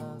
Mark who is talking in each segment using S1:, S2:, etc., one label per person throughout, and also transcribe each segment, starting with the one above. S1: 嗯，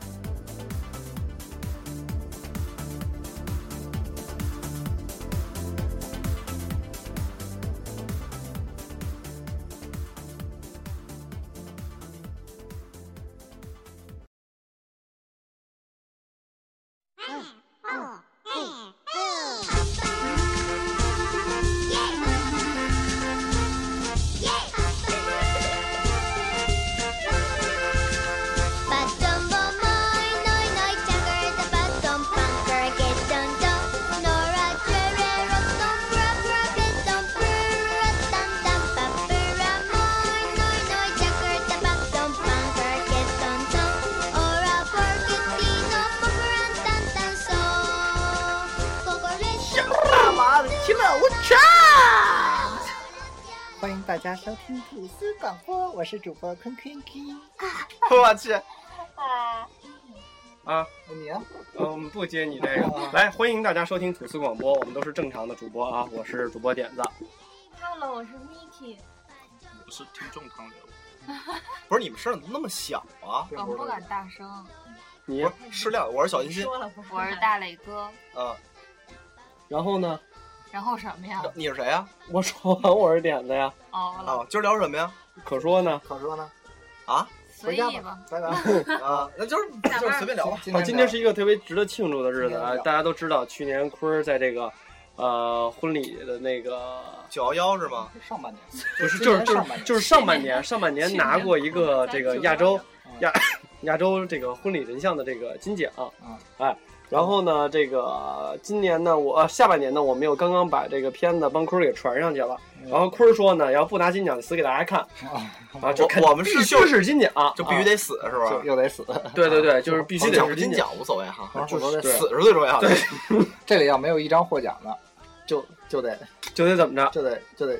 S2: 欢迎大家收听吐司广播，我是主播坤坤 K。
S3: 我去，
S2: 啊
S3: 啊，
S2: 你啊，
S3: 呃我们不接你这个。 来，欢迎大家收听吐司广播，我们都是正常的主播啊，我是主播点子。
S4: Hello，我是 Miki。
S5: 我是听众唐流，
S3: 不是你们声怎么那么小啊？
S4: 我不敢大声。
S3: 你
S5: 适量，我是小欣欣。
S4: 了不我是大磊哥。
S3: 啊。然后呢？
S4: 然后什么呀？
S5: 你是谁呀、
S3: 我说完我是点子呀。
S4: 哦，我
S5: 啊？
S4: 老
S5: 今儿聊什么 呀？
S3: 可说呢？
S1: 可说呢？
S5: 啊
S4: 随意吧。
S1: 拜拜。
S5: 啊，那就是
S4: 下班
S5: 就是随便聊吧。
S1: 今
S3: 啊，
S1: 天
S3: 今天是一个特别值得庆祝的日
S1: 今
S3: 子
S1: 天
S3: 啊！
S1: 聊
S3: 大家都知道，去年坤儿在这个呃婚礼的那个
S5: 九幺幺是吗？
S1: 上半年，
S3: 不是，
S1: 今
S3: 就是
S1: 年
S3: 就是
S1: 上半年
S3: 就是上半年，上半年
S4: 去年
S3: 拿过一个
S4: 咱
S3: 这个
S4: 九
S3: 亚
S4: 幺
S3: 洲
S4: 幺
S3: 亚亚洲这个婚礼人像的这个金奖
S1: 嗯，
S3: 哎，然后呢，这个今年呢，我呃下半年呢，我们又刚刚把这个片子帮坤儿给传上去了，然后坤儿说呢，要不拿金奖就死给大家看啊，就肯
S5: 我我们
S3: 必
S5: 是
S3: 须
S5: 就是
S3: 金奖，
S5: 就必须
S3: 啊，
S5: 得死是吧？
S1: 又得死。
S3: 对对对，就是必须得
S5: 奖
S3: 是
S5: 不金
S3: 金奖，
S5: 奖无所谓哈，
S1: 我说的
S3: 对
S5: 死是最重要的。
S1: 这里要没有一张获奖的，就就得
S3: 就得怎么着？
S1: 就得就得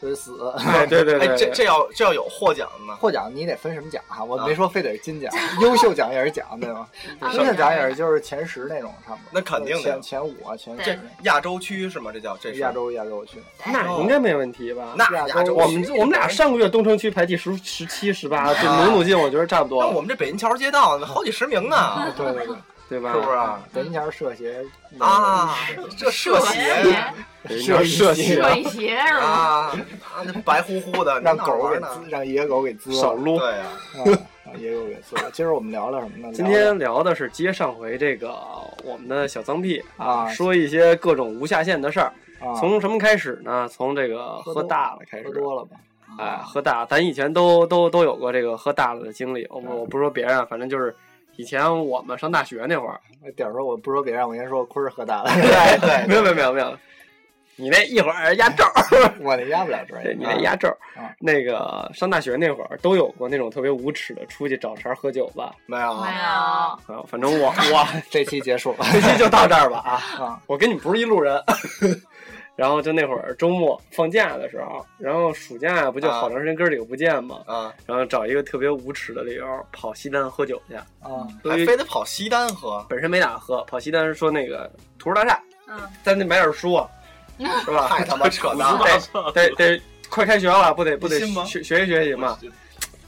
S1: 就得死。
S3: 哎，对对
S5: 哎
S3: 对，，
S5: 这这要这要有获奖的呢。
S1: 获奖你得分什么奖啊？我
S5: 啊
S1: 没说非得是 金奖，优秀奖也是奖，对 吗？
S4: 啊
S1: 优秀奖也是就是前十那种，差不多。
S5: 那肯定的
S1: 前前五啊，前
S5: 这
S1: 十。
S5: 亚洲区是吗？这叫这是
S1: 亚洲亚洲区，
S3: 那
S5: 哦
S3: 应该没问题吧？
S5: 那
S1: 亚洲
S5: 亚洲
S3: 我们我们俩上个月东城区排第十十七十八，就努努劲，我觉得差不多
S5: 那
S3: 了，
S5: 我们这北银桥街道呢好几十名呢，
S1: 对对对，
S3: 对吧？
S5: 是不是啊？
S1: 北京桥社协
S3: 嗯
S5: 啊，这涉嫌
S3: 社
S4: 扯
S3: 社协
S4: 一鞋是吧？
S5: 啊，啊那白乎乎的，
S1: 让
S5: 你哪
S1: 狗
S5: 玩
S1: 给
S5: 呢
S1: 滋，让野狗给滋
S3: 少
S1: 了，
S3: 撸。
S5: 对呀，
S1: 啊让野狗给滋了。今儿我们聊了什么呢？
S3: 今
S1: 聊了
S3: 天聊的是接上回这个我们的小脏屁
S1: 啊
S3: 说一些各种无下限的事儿。
S1: 啊，
S3: 从什么开始呢？从这个
S1: 喝多
S3: 喝大了开始
S1: 喝。多了啊吧？
S3: 哎，喝大，咱以前都都都有过这个喝大了的经历。我不我不说别人，啊反正就是以前我们上大学那会儿，
S1: 点儿说我不说别人，我先说我坤儿喝大了，
S5: 对对，
S3: 没有没有没有没有，你那一会儿压轴儿，
S1: 我那压不了这儿
S3: 对，你那压轴儿
S1: 啊。
S3: 那个上大学那会儿都有过那种特别无耻的出去找茬儿喝酒吧。
S5: 没有
S4: 没有，
S3: 啊，反正我我
S1: 这期结束
S3: 这期就到这儿吧啊。
S1: 啊，
S3: 我跟你不是一路人。 然后就那会儿周末放假的时候，然后暑假不就好长时间哥儿几个不见嘛，
S5: 啊，
S3: 然后找一个特别无耻的理由跑西单喝酒去。
S1: 啊，
S3: 由
S5: 还
S3: 于
S5: 非得跑西单喝，
S3: 本身没打算喝，跑西单说那个图书大厦，
S4: 嗯，
S3: 咱得买点书， 是吧？
S5: 太他妈扯淡了。
S3: 得得快开学了，不得不得
S5: 你信吗
S3: 学学习学习嘛。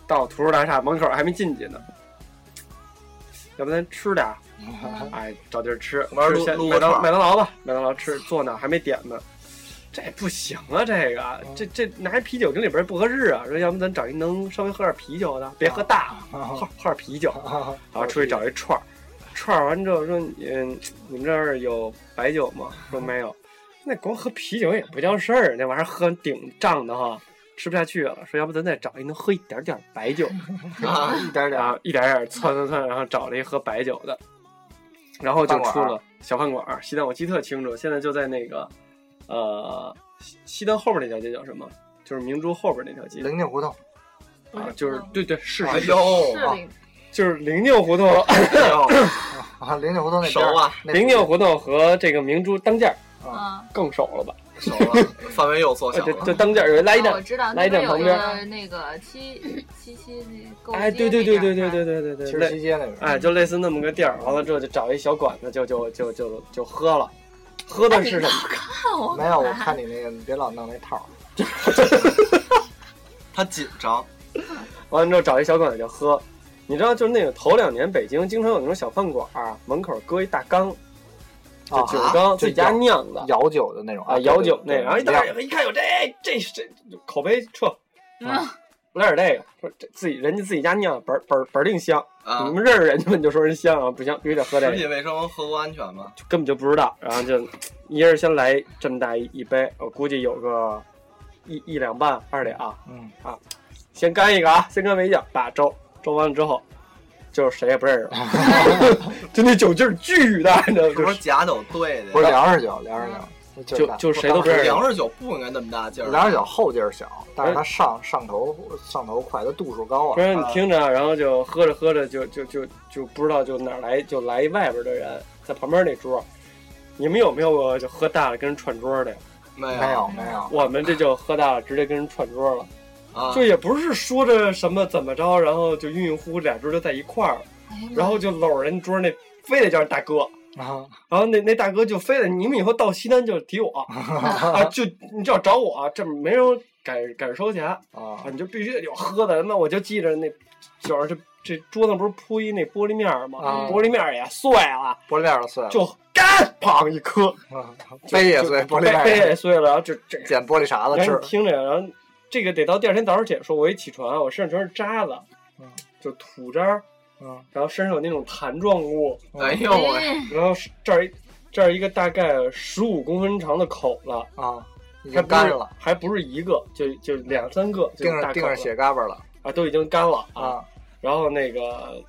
S3: 到图书大厦门口还没进去呢，要不咱吃点儿？哎，找地儿吃，
S5: 玩儿撸
S3: 吃先
S5: 撸
S3: 麦
S5: 个串
S3: 当
S5: 儿
S3: 麦当劳吧，麦当劳吃，坐那儿还没点呢。这不行啊，这个
S5: 嗯
S3: 这这拿一啤酒跟里边儿不合适啊。说要不咱找一能稍微喝点啤酒的，别喝
S5: 啊
S3: 大了，喝喝点啤酒。然后出去找一串儿，串儿完之后说，嗯，你们这儿有白酒吗？说没有，那光喝啤酒也不叫事儿，那玩意儿喝顶胀的哈，吃不下去了。说要不咱再找一能喝一点点白酒，
S5: 啊，
S1: 一点儿点
S3: 然
S1: 儿
S3: 后一点点窜窜窜，然后找了一喝白酒的，然后就出了小饭馆儿。西单我记得特清楚，现在就在那个呃，西西单后边那条街叫什么？就是明珠后边那条街
S1: 棱角胡同，
S3: 啊，就是对对是
S5: 哎
S3: 是，
S5: 呦，
S3: 哦
S6: 是里
S3: 就是灵鹫胡同、
S5: 哎呦，
S1: 啊，棱角胡同那
S5: 熟
S1: 边儿
S5: 啊，
S1: 那
S3: 灵鹫胡同和这个明珠当间儿
S6: 嗯，
S3: 更熟了吧？
S5: 熟了，范围又缩
S3: 啊
S5: 小
S3: 就就
S5: 了。
S3: 当间儿有拉一
S6: 我
S3: 站，
S6: 知道
S3: 来
S6: 那
S3: 一站
S6: 边有
S3: 旁
S6: 一
S3: 边
S6: 个那个七七七那
S4: 哦
S6: 购物
S3: 哎，
S6: 街
S3: 对对对
S6: 那
S3: 对
S6: 边
S3: 对
S6: 儿
S3: 对对对对，
S1: 七十
S3: 类
S1: 七街那边儿，
S3: 哎，就类似那么个地儿，完了之后就找一小馆子，就就就就就喝了，喝的是什么？
S6: 看我
S1: 没有，我看你那个，你别老弄那套儿。
S5: 他紧张，
S3: 完了之后找一小馆子就喝，你知道，就是那个头两年北京经常有那种小饭馆儿，门口搁一大缸，
S1: 啊
S3: 就酒缸，自己家酿的
S1: 摇酒的那种
S3: 啊，摇酒那个，然后一大
S1: 袋
S3: 一看有这这这口碑撤，
S6: 嗯
S3: 来点这个，说这自己人家自己家酿，本儿本儿本儿定香，
S5: 啊
S3: 你，们认识人家们就说人香啊，不香必须得喝这
S5: 食
S3: 个。
S5: 品卫生合不安全吗？
S3: 根本就不知道，然后就一人先来这么大一一杯，我估计有个一一两半二两、啊
S1: 嗯，
S3: 先干一个啊，先干为敬，把粥粥完了之后，就是谁也不认识了， 就那酒劲儿巨大，你知道
S5: 是不
S3: 吗
S5: 是？假酒兑
S1: 不是
S5: 的？
S1: 粮食酒，粮食酒，
S3: 就
S1: 劲儿
S3: 就
S1: 大
S3: 就谁都不认识。
S5: 粮食酒不应该那么大劲儿，
S1: 粮食酒后劲儿小，但是它上上头上头快，它度数高
S3: 不
S1: 啊。
S3: 是你听着啊，然后就喝着喝着就就就就不知道就哪儿来就来一外边的人在旁边那桌，你们有没有过就喝大了跟人串桌的呀？
S5: 没
S1: 没有没有，
S3: 我们这就喝大了直接跟人串桌了。
S5: 啊
S3: 就，也不是说着什么怎么着，然后就晕晕乎乎俩桌就在一块儿，
S1: 哎
S3: 然后就搂着人桌那，非得叫人大哥，
S1: 啊
S3: 然后那那大哥就非得你们以后到西单就 提我啊，就你只要找我，啊这没人敢敢收钱啊，
S1: 啊
S3: 你就必须得有喝的，那我就记着那就是这这桌子不是铺一那玻璃面儿吗？
S1: 啊
S3: 玻璃面儿也碎了，
S1: 玻璃面儿都碎了，
S3: 就干砰一磕，
S1: 啊杯也碎，玻璃面
S3: 杯
S1: 儿
S3: 也碎了，然后就这
S1: 捡玻璃碴子
S3: 然后
S1: 吃
S3: 你。听着，然后这个得到第二天早上起来说，我一起床，我身上全是渣子，
S1: 嗯
S3: 就土渣儿，
S1: 嗯
S3: 然后身上有那种弹状物，
S5: 哎呦喂，
S6: 哎
S3: 然后是这儿一这儿一个大概十五公分长的口子，
S1: 啊，已
S3: 还
S1: 经
S3: 不
S1: 干
S3: 是
S1: 了，
S3: 还不是一个，就就两三个，就
S1: 钉
S3: 是大
S1: 着钉
S3: 口
S1: 着
S3: 子
S1: 血嘎巴了
S3: 啊，都已经干了啊。
S1: 啊
S3: 然后那个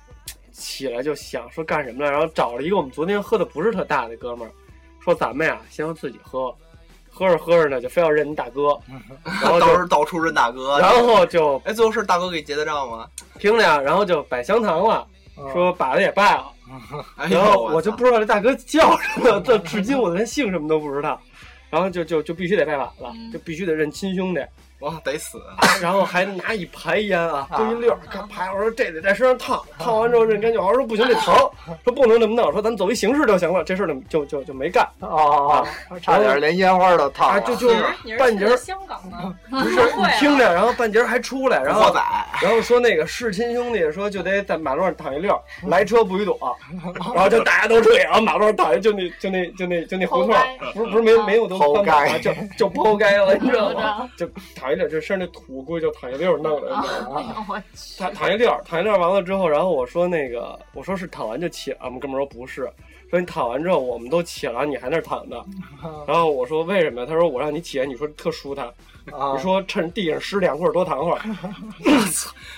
S3: 起来就想说干什么呢？然后找了一个我们昨天喝的不是特大的哥们儿，说咱们呀先让自己喝，喝着喝着呢就非要认你大哥，
S1: 嗯
S3: 然后
S5: 到时
S3: 就
S5: 候到处认大哥。
S3: 然后就
S5: 哎，最后是大哥给结的账吗？
S3: 听着呀，然后就摆香糖了，
S7: 哦
S1: 嗯
S3: 说把了也拜了，
S5: 哎呦，
S3: 然后我就
S5: 操
S3: 不知道这大哥叫什么， 到至今我连姓什么都不知道，然后就就就必须得拜把了，就必须得认亲兄弟，
S5: 哇得死，啊
S3: 然后还拿一排烟啊，
S1: 啊
S3: 就一溜儿跟排，我说这得在身上烫，烫完之后认干净，我说不行这疼，说不能这么弄，说咱们走一形式就行了，这事儿就就就就没干
S1: 哦，哦差点连烟花都烫
S3: 啊，
S1: 了
S3: 就。就半截儿
S6: 香港 吗？
S3: 不是你听着，然后半截儿还出来，然后
S5: 过仔，
S3: 然后说那个是亲兄弟，说就得在马路上躺一溜儿，来车不许躲，然后就大家都这样，然后马路上躺一就那就那就那就那胡同儿，不是不是没没有都
S1: 剖
S3: 翻马
S1: 开
S3: 就就剖开了，你知道
S6: 我知
S3: 吗
S6: 道？
S3: 就躺一溜儿，就身上那土估计就躺一溜儿弄的，你知道吗
S6: 哎呦我去，
S3: 躺躺一溜儿，躺一溜儿完了之后，然后我说那个我说是躺完就起来，我们哥们儿说不是，说你躺完之后我们都起来了，你还那儿躺着，然后我说为什么呀？他说我让你起来，你说特舒坦，
S1: 啊
S3: 你说趁地上湿凉快儿多躺会儿。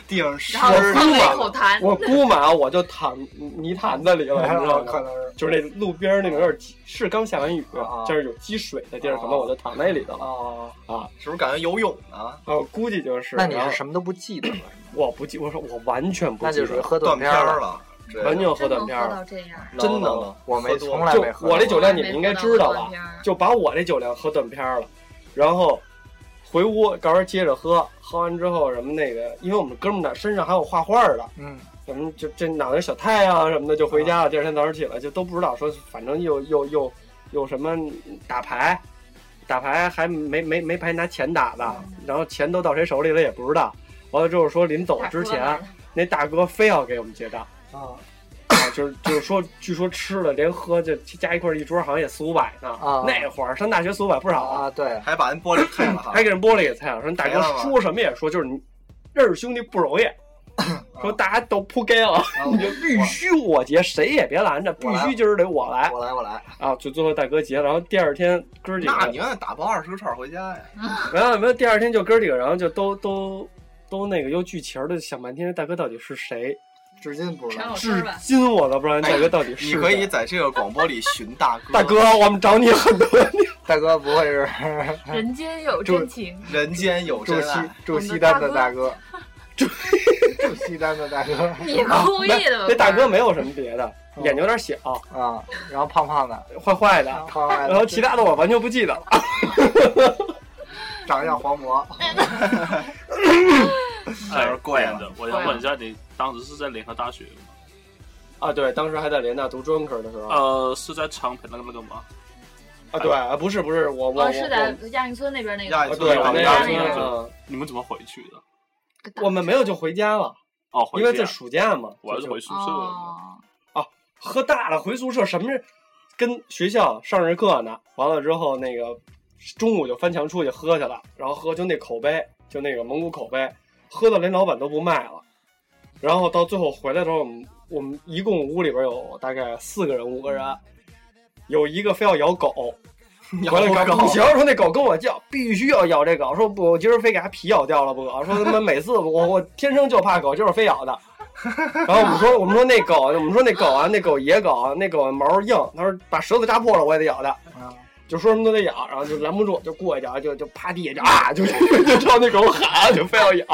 S5: 地上湿
S6: 然后喷了一口痰，
S3: 我估摸啊，我就躺泥潭子里了，
S1: 啊
S3: 你知道
S1: 可
S3: 吗？
S1: 能是
S3: 就是那路边儿那种有点积是刚下完雨
S1: 啊，
S3: 就是有积水的地儿，
S1: 啊
S3: 可能我就躺那里头了。
S1: 哦，
S5: 是不是感觉游泳呢？
S3: 啊，我估计就是。
S1: 那你
S3: 啊然
S1: 是
S3: 后
S1: 什么都不记得了，是吗
S3: 我不记，我说我完全不
S1: 那
S3: 记
S1: 就属于
S3: 得，
S1: 喝断
S5: 断
S1: 片
S5: 片
S1: 儿
S5: 儿
S1: 了。
S5: 了，这
S3: 完全有喝
S6: 真能
S3: 断片儿
S6: 喝
S3: 了。
S6: 到这样，
S3: 真的
S5: 能了
S1: 我没
S5: 喝多
S1: 从
S5: 了
S1: 来
S3: 就
S1: 没喝过。
S3: 我这酒量你
S6: 没
S3: 们
S6: 喝
S3: 应该
S6: 到
S3: 知道
S6: 断
S3: 吧
S6: 片儿？
S3: 就把我这酒量喝断片儿了，然后回屋告人接着喝，喝完之后什么那个，因为我们哥们儿俩身上还有画画儿的，
S1: 嗯
S3: 什么就这哪儿的小太阳什么的就回家了，第二天早上起来就都不知道说，反正又又又又什么打牌，打牌还没没没牌拿钱打的，然后钱都到谁手里了也不知道。完了之后说临走之前，那大哥非要给我们结账，
S1: 啊
S3: 啊，就是就是说，据说吃了连喝就加一块儿一桌好像也四五百呢。
S1: 啊
S3: 那会儿上大学四五百不少啊，
S1: 啊，对，嗯
S5: 还把那玻璃碎了哈
S3: 还，给人玻璃给菜了，啊说你大哥
S5: 没了吗
S3: 说什么也说，就是你认识兄弟不容易，说大家都扑街了，
S1: 啊
S3: 你就必须我结，谁也别拦着，必
S8: 嗯
S3: 须今儿得我来
S1: 我来我来，
S3: 啊！就最后大哥结了，然后第二天哥儿几
S5: 那
S3: 个
S5: 你，让打包二十个串儿回家呀？
S3: 然后没有第二天就哥儿几个，然后就都都都那个又聚齐儿的，想半天这大哥到底是谁，
S1: 至今不知道。
S3: 至今
S8: 哎
S3: 我都不知道这大哥到底是
S5: 你
S3: 谁
S5: 可以在这个广播里寻大哥，
S3: 大哥，我们找你很多年，
S1: 大哥不会 是
S3: 哎
S6: 人间有真情，
S5: 人间有
S1: 住
S5: 真
S1: 西
S7: 哎
S5: 爱，
S1: 住西单的大哥， 住住西单的大哥
S6: 你故意的吧？
S3: 那大哥没有什么别的，
S1: 哦
S8: 嗯
S3: 眼睛有点小，
S1: 啊，然后胖胖的，
S3: 坏坏的，
S1: 胖胖
S3: 然后
S1: 的，
S3: 其他的我完全不记得了。
S1: 长得像黄渤，
S5: 那是贵了。
S8: 的，我想问一下，你当时是在联合大学吗？
S3: 啊，对，当时还在联大读中文科的时候啊，
S8: 呃，是在昌平那个那个吗？
S3: 对，啊不是不是，我我
S6: 哦，
S3: 我
S6: 是在亚运村那边那个
S5: 亚运
S3: 啊对，我
S8: 那
S3: 那
S8: 个
S3: 时
S8: 那
S3: 候嗯
S8: 你们怎么回去的？
S6: 个大
S3: 我们没有就回家了，
S8: 哦，回
S3: 因为
S8: 家
S3: 这暑假嘛，
S8: 我还是
S3: 就
S8: 回宿舍了。
S6: 哦，
S3: 喝大了回宿舍，什么人跟学校上着课呢？完了之后，那个中午就翻墙出去喝去了，然后喝就那口杯，就那个蒙古口杯，喝的连老板都不卖了。然后到最后回来的时候，我们我们一共屋里边有大概四个人五个人，有一个非要咬狗，回来
S5: 狗
S3: 不行，说那狗跟我叫，必须要咬这狗。说不，我今儿非给它皮咬掉了不可。说他妈每次我我天生就怕狗，就是非咬的。然后我们说我们说那狗，我们说那狗啊，那狗野狗啊，那狗毛硬，他说把舌头扎破了我也得咬它。
S1: 啊
S3: 就说什么都得咬，然后就拦不住，就过去啊，就就趴地下就啊，就 就朝那狗喊，啊就非要咬，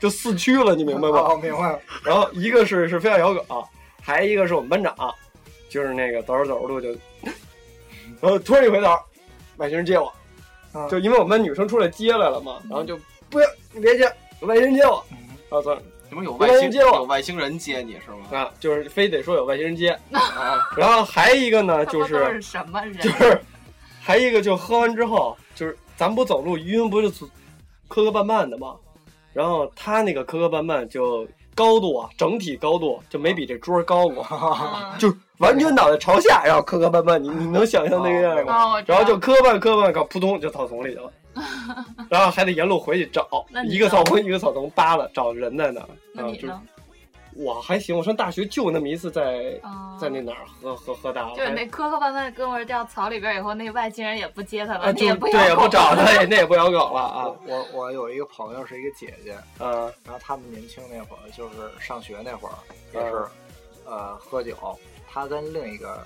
S3: 就四驱了，你明白吗？
S1: 哦，明白了，
S3: 然后一个是是非要咬狗，还一个是我们班长，就是那个走着走着路就，然后突然一回头，外星人接我，
S6: 嗯
S1: 啊
S3: 就因为我们班女生出来接来了嘛，然后就不要你别接，外星人接
S6: 嗯
S3: 我，啊然后走
S5: 你们有外
S3: 外
S5: 星
S3: 星接我
S5: 有外星人接你是吗？
S3: 啊，就是非得说有外 星人接，
S5: 啊，
S3: 然后还一个呢
S6: 他
S3: 就
S6: 们都是
S3: 是
S6: 什么人？
S3: 就是还一个就喝完之后就是咱不走路晕不就磕磕绊绊的嘛，然后他那个磕磕绊绊就高度啊整体高度就没比这桌高 过。
S6: 嗯
S3: 就是完全脑袋朝下，然后磕磕绊绊，你你能想象那个样吗？
S6: 哦，我知
S3: 然
S6: 道
S3: 后就磕绊磕绊，搞扑通就草丛里去 了，然后还得沿路回去找
S6: 那，你呢
S3: 一个草丛一个草丛扒拉，找人在哪儿。
S6: 那
S3: 啊，
S6: 你
S3: 就是
S6: 呢？
S3: 我还行，我上大学就那么一次在
S6: 啊，
S3: 在那哪儿喝喝喝大了，
S6: 就是那磕磕绊绊跟我掉草里边以后，那外星人也不接他
S3: 啊，
S6: 了，你
S3: 就
S6: 也不
S3: 对也不找他， 也那也不咬狗了
S1: 我
S3: 啊
S1: 我我有一个朋友是一个姐姐，
S3: 啊
S1: 然后他们年轻那会儿，就是上学那会儿，也是，呃，喝酒。他跟另一个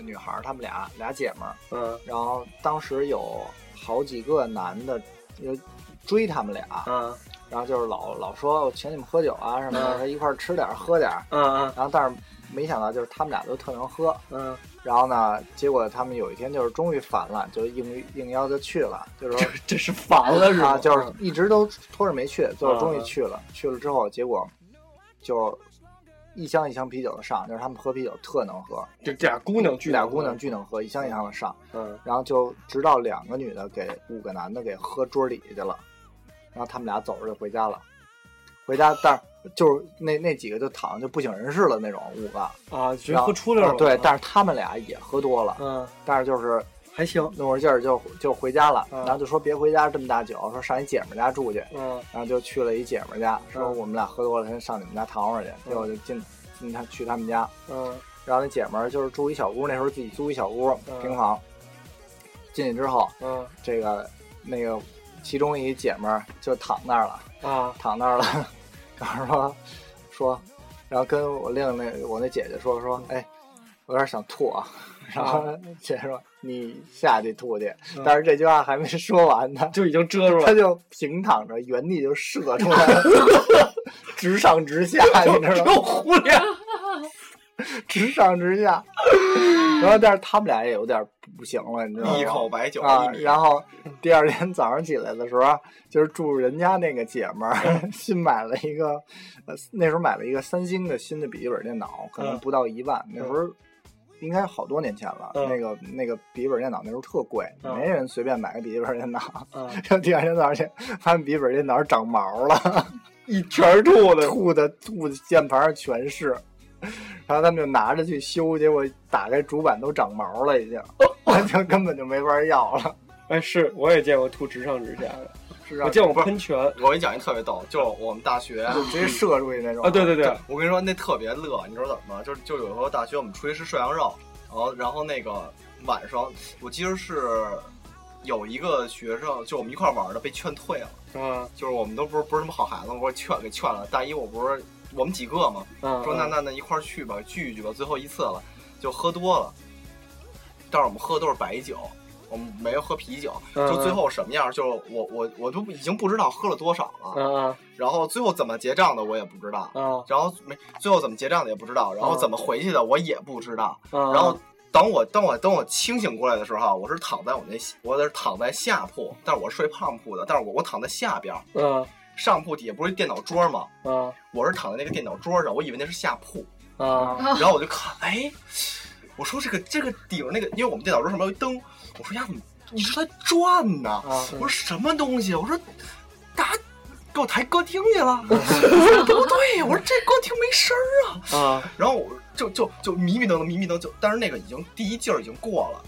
S1: 女孩儿，他们俩俩姐们儿，
S3: 嗯
S1: 然后当时有好几个男的，就追他们俩，
S3: 啊
S1: 然后就是老老说我请你们喝酒啊什么的，
S3: 嗯
S1: 说一块儿吃点儿喝点儿。
S3: 啊啊
S1: 然后但是没想到就是他们俩都特能喝，
S3: 嗯，
S1: 然后呢，结果他们有一天就是终于烦了，就应应邀就去 了，就是说
S3: 这这是烦了是嗯
S1: 啊，
S3: 吧？
S1: 就是一直都拖着没去，最后终于去了。去了之后，结果就一箱一箱啤酒的上，就是他们喝啤酒特能喝，
S3: 就这俩姑娘
S1: 巨
S3: 聚
S1: 俩姑娘巨能喝，一箱一箱的上。
S3: 嗯
S1: 然后就直到两个女的给五个男的给喝桌底下去了，然后他们俩走着就回家了。回家，但是就是那那几个就躺着就不省人事了那种五个，
S3: 啊，直接
S1: 然后
S3: 喝出溜了
S1: 啊对，但是他们俩也喝多了，
S3: 嗯
S1: 但是就是
S3: 还行
S1: 弄会儿劲儿就就回家了，
S3: 嗯
S1: 然后就说别回家这么大酒，说上你姐们儿家住去。
S3: 嗯
S1: 然后就去了一姐们儿家，说
S3: 嗯
S1: 我们俩喝多了，先上你们家躺会儿去。结果就进进他去他们家，
S3: 嗯
S1: 然后那姐们儿就是住一小屋，那时候自己租一小屋
S3: 嗯
S1: 平房。进去之后，
S3: 嗯
S1: 这个那个其中一姐们儿就躺那儿了，
S3: 啊。
S1: 躺那儿了， 然后说说，然后跟我另那我那姐姐说说，哎，我有点想吐啊。 然后姐姐说你下去吐去，
S3: 嗯
S1: 但是这句话还没说完呢，
S3: 就已经遮住
S1: 他
S3: 了。
S1: 就平躺着，原地就射出来了， 直上直下，你知道吗？
S3: 忽略，
S1: 直上直下。 然后，但是他们俩也有点不行了，你知道吗？
S5: 一口白酒
S1: 啊
S5: 一，米，
S1: 然后第二天早上起来的时候，啊就是住人家那个姐们
S3: 嗯
S1: 儿 新买了一个，呃那时候买了一个三星的新的笔记本电脑，可能
S3: 嗯
S1: 不到一万，那时候应该好多年前了。
S3: 嗯
S1: 那个那个笔记本电脑那时候特贵，
S3: 嗯
S1: 没人随便买个笔记本电脑。
S3: 嗯
S1: 然后第二天早上起来，发现笔记本电脑长毛了。
S3: 一全 吐的，
S1: 吐的吐的键盘上全是， 然后他们就拿着去修，结果打开主板都长毛了，已经，
S3: 哦
S1: 就根本就没法要了。
S3: 哎，是，我也见过吐直上直下的，
S1: 是
S3: 我
S1: 啊，
S3: 见过
S5: 不是
S3: 喷泉
S5: 我跟你讲一特别逗，就是我们大学，
S1: 就 直接射出去那种
S3: 啊，对对对，
S5: 我跟你说那特别乐，你知道怎么吗？就是就有时候大学我们出去吃涮羊肉，然后然后那个晚上我记得是有一个学生，就我们一块玩的被劝退了，
S3: 啊
S5: 就是我们都不是不是什么好孩子，我给劝给劝了。大一我不是我们几个嘛，
S3: 啊，
S5: 说那那那一块儿去吧，聚一聚吧，最后一次了，就喝多了。但是我们喝的都是白酒，我我们没有喝啤酒，
S3: 嗯
S5: 就最后什么样，就是我我我都已经不知道喝了多少了，
S3: 啊
S5: 然后最后怎么结账的我也不知道，
S3: 啊
S5: 然后没最后怎么结账的也不知道，然后
S3: 嗯
S5: 怎么回去的我也不知道，
S3: 啊！
S5: 然后等我等我等我清醒过来的时候，啊我是躺在我那我是躺在下铺，但是我是睡上铺的，但是我我躺在下边儿，
S3: 啊
S5: 上铺底下不是电脑桌吗？
S3: 啊
S5: 我是躺在那个电脑桌上，我以为那是下铺，
S3: 啊
S5: 然后我就看，哎，我说这个这个顶那个，因为我们电脑桌上面有一灯，我说呀，你你说它转呢？
S3: 啊！
S5: 我说什么东西？我说大家给我抬歌厅去了，我说不对，哎我说这歌厅没声儿啊。
S3: 啊
S5: 然后我就就就迷迷瞪瞪迷迷瞪就，但是那个已经第一劲儿已经过了。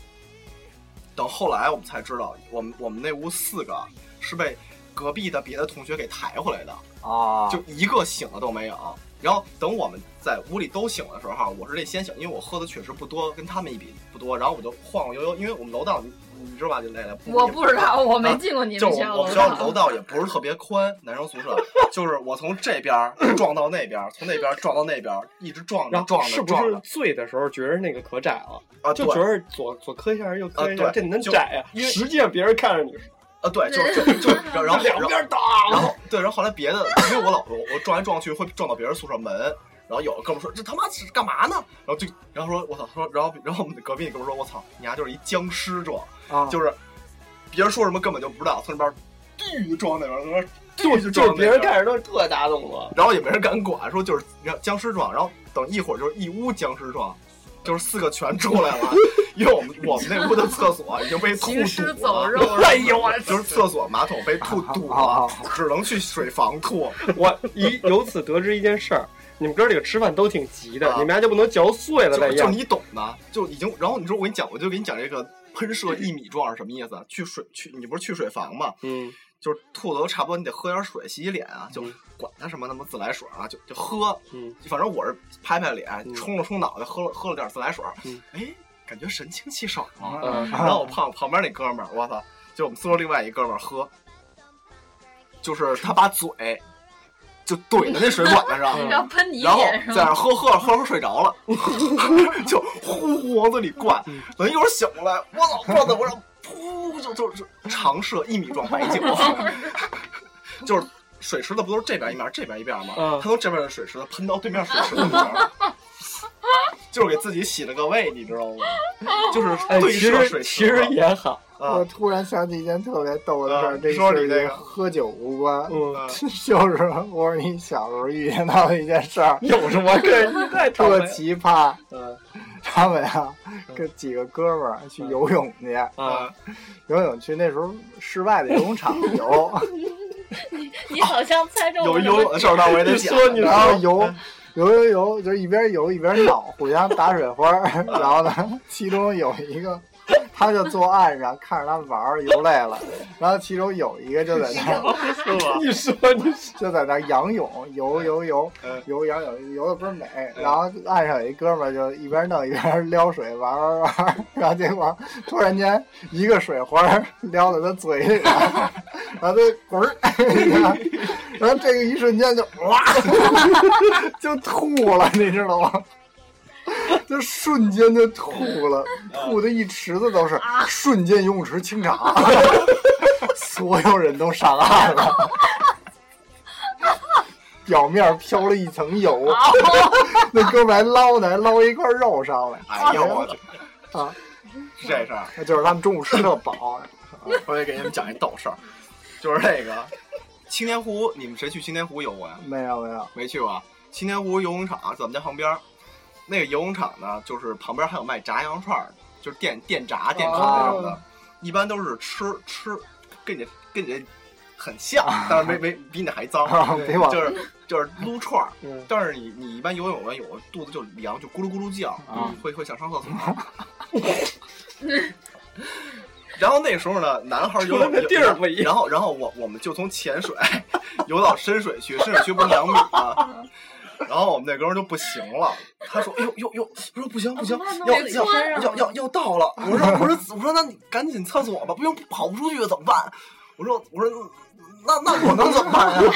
S5: 等后来我们才知道，我们我们那屋四个是被隔壁的别的同学给抬回来的，
S1: 啊
S5: 就一个醒了都没有。然后等我们在屋里都醒的时候，我是这先醒，因为我喝的确实不多，跟他们一比不多。然后我就晃晃悠悠，因为我们楼道你你知道吧，就那个
S6: 我不知道，我没
S5: 啊
S6: 进过你
S5: 就
S6: 们
S5: 我
S6: 学校
S5: 我们
S6: 楼
S5: 学校
S6: 道
S5: 楼。道也不是特别宽，男生宿舍 就是我从这边儿撞到那边儿，从那边儿撞到那边儿，一直撞着
S3: 然后
S5: 撞
S3: 是
S5: 着
S3: 不
S5: 撞
S3: 是
S5: 着
S3: 醉的时候觉得那个可窄了，
S5: 啊，
S3: 就
S5: 对
S3: 觉得左左磕一下右磕一下，
S5: 啊对
S3: 这能
S5: 就
S3: 窄呀？
S5: 因为
S3: 实际上别人看着你，
S5: 啊，对，就就就 然后然后
S3: 两
S5: 然后
S3: 边打，
S5: 然后对，然后后来别的，因为我老我我撞来撞去会撞到别人宿舍门，然后有个哥们说这他妈是干嘛呢？然后就然后说我操，说然后然后我们隔壁那哥们说我操，你丫就是一僵尸状，
S3: 啊
S5: 就是别人说什么根本就不知道，从那边嘟撞那边，从那边
S3: 就
S5: 嘟
S3: 就
S5: 撞
S3: 是
S5: 到那
S3: 别
S5: 边
S3: 人看着都是特大动 作。
S5: 然后也没人敢管，说就是僵尸状，然后等一会儿就是一屋僵尸状，就是四个全出来了，因为我们我们那屋的厕所已经被吐
S6: 行尸
S5: 堵
S6: 走
S5: 了。
S6: 肉，
S3: 哎呦我
S5: 就是厕所马桶被吐堵了，只能去水房吐。
S3: 我一由此得知一件事儿，你们哥儿几个吃饭都挺急的，
S5: 啊
S3: 你们家就不能嚼碎了再
S5: 就就
S3: 咽？
S5: 你懂的，就已经。然后你说我给你讲，我就给你讲这个喷射一米状是什么意思？啊去水去，你不是去水房吗？
S3: 嗯
S5: 就是吐的都差不多，你得喝点水洗洗脸啊，就
S3: 嗯
S5: 管它什么他妈自来水啊，就就喝。
S3: 嗯，
S5: 反正我是拍拍脸
S3: 嗯，
S5: 冲了冲脑袋，喝了喝了点自来水
S3: 嗯，
S5: 哎，感觉神清气爽啊。
S3: 嗯
S5: 然后我旁旁边那哥们儿，我操，就我们宿舍另外一哥们儿喝，就是他把嘴就怼在那水管子上，
S6: 然后喷你
S5: 然后
S6: 脸是
S5: 在
S6: 吗？
S5: 那喝喝着喝着睡着了， 就呼呼往嘴里灌，
S3: 嗯
S5: 等一会儿醒过来，我操，灌在我上，噗，就就就长射一米壮白酒，就是水池子不都是这边一面这边一面吗？
S3: 嗯
S5: 他从这边的水池子喷到对面水池子里面。就是给自己洗了个胃，你知道吗？就是
S3: 哎，
S5: 对
S3: 其
S5: 射
S3: 实
S5: 水
S3: 其
S5: 池子
S3: 实也好，
S5: 啊
S7: 我突然想起一件特别逗的事
S5: 啊
S7: 儿，这
S5: 说你
S7: 事
S5: 这
S7: 与
S5: 个
S7: 喝酒无关，
S3: 嗯，
S7: 就是我是你小时候遇见到的一件 事儿，
S3: 有什么跟你太
S7: 特
S3: 倒霉了
S7: 奇葩。
S3: 嗯
S7: 他们呀，
S5: 嗯
S7: 跟几个哥们儿去游泳去，
S3: 啊，
S7: 游泳去那时候室外的游 泳场游，
S6: 你好像猜中
S5: 有
S6: 我
S5: 游泳的事儿，但我也得
S3: 你
S5: 讲。
S3: 说你
S7: 然后
S3: 说
S7: 游
S5: 嗯
S7: 游游游，就是一边游一边闹，互相打水 花儿。然后呢，其中有一个，他就坐岸上看着他们玩儿，游累了。然后其中有一个就在那儿
S3: 你说 你
S7: 就在那儿仰泳，游游游
S5: 嗯
S7: 游仰泳，游的倍儿美。然后岸上有一哥们儿就一边弄一边撩水玩玩玩， 然后结果突然间一个水花儿撩到他嘴里了，然后他滚儿，然后这个一瞬间就哇， 就吐了，你知道吗？就瞬间就吐了，
S5: 嗯
S7: 吐的一池子都是，瞬间游泳池清场， 所有人都上岸了。表面飘了一层油， 那哥们儿还捞呢，还捞一块肉上来。
S5: 哎呦我去，
S7: 啊，
S5: 这事儿。啊
S7: 就是他们中午吃特饱，啊
S5: 我也给你们讲一逗事儿，就是那个青年湖，你们谁去青年湖游过呀？
S7: 没有没有，
S5: 没去过啊。青年湖游泳场啊在我们家旁边儿，那个游泳场呢，就是旁边还有卖炸羊肉串儿，就是电电炸、电烤那种的，
S7: 哦
S5: 一般都是吃吃，跟你跟你这很像，但是没没比你还脏，
S7: 啊别往
S5: 就是就是撸串儿。
S3: 嗯
S5: 但是你你一般游泳完泳肚子就凉，就咕噜咕噜叫，
S1: 啊
S3: 嗯
S5: 会会想上厕所。 然后那时候呢，男孩儿游
S3: 出来
S5: 泳
S3: 的地儿不一样
S5: 然后然后我我们就从浅水 游到深水区，深水区不是两米吗？然后我们那哥们儿就不行了，他说：“哎呦呦呦！”我说：“不行不行，
S6: 啊
S5: 要
S6: 得穿
S5: 要
S6: 上
S5: 要要要到了。”我说：“我说我说那你赶紧进厕所吧，不行跑不出去怎么办？”我说：“我说那那我能怎么办啊呀？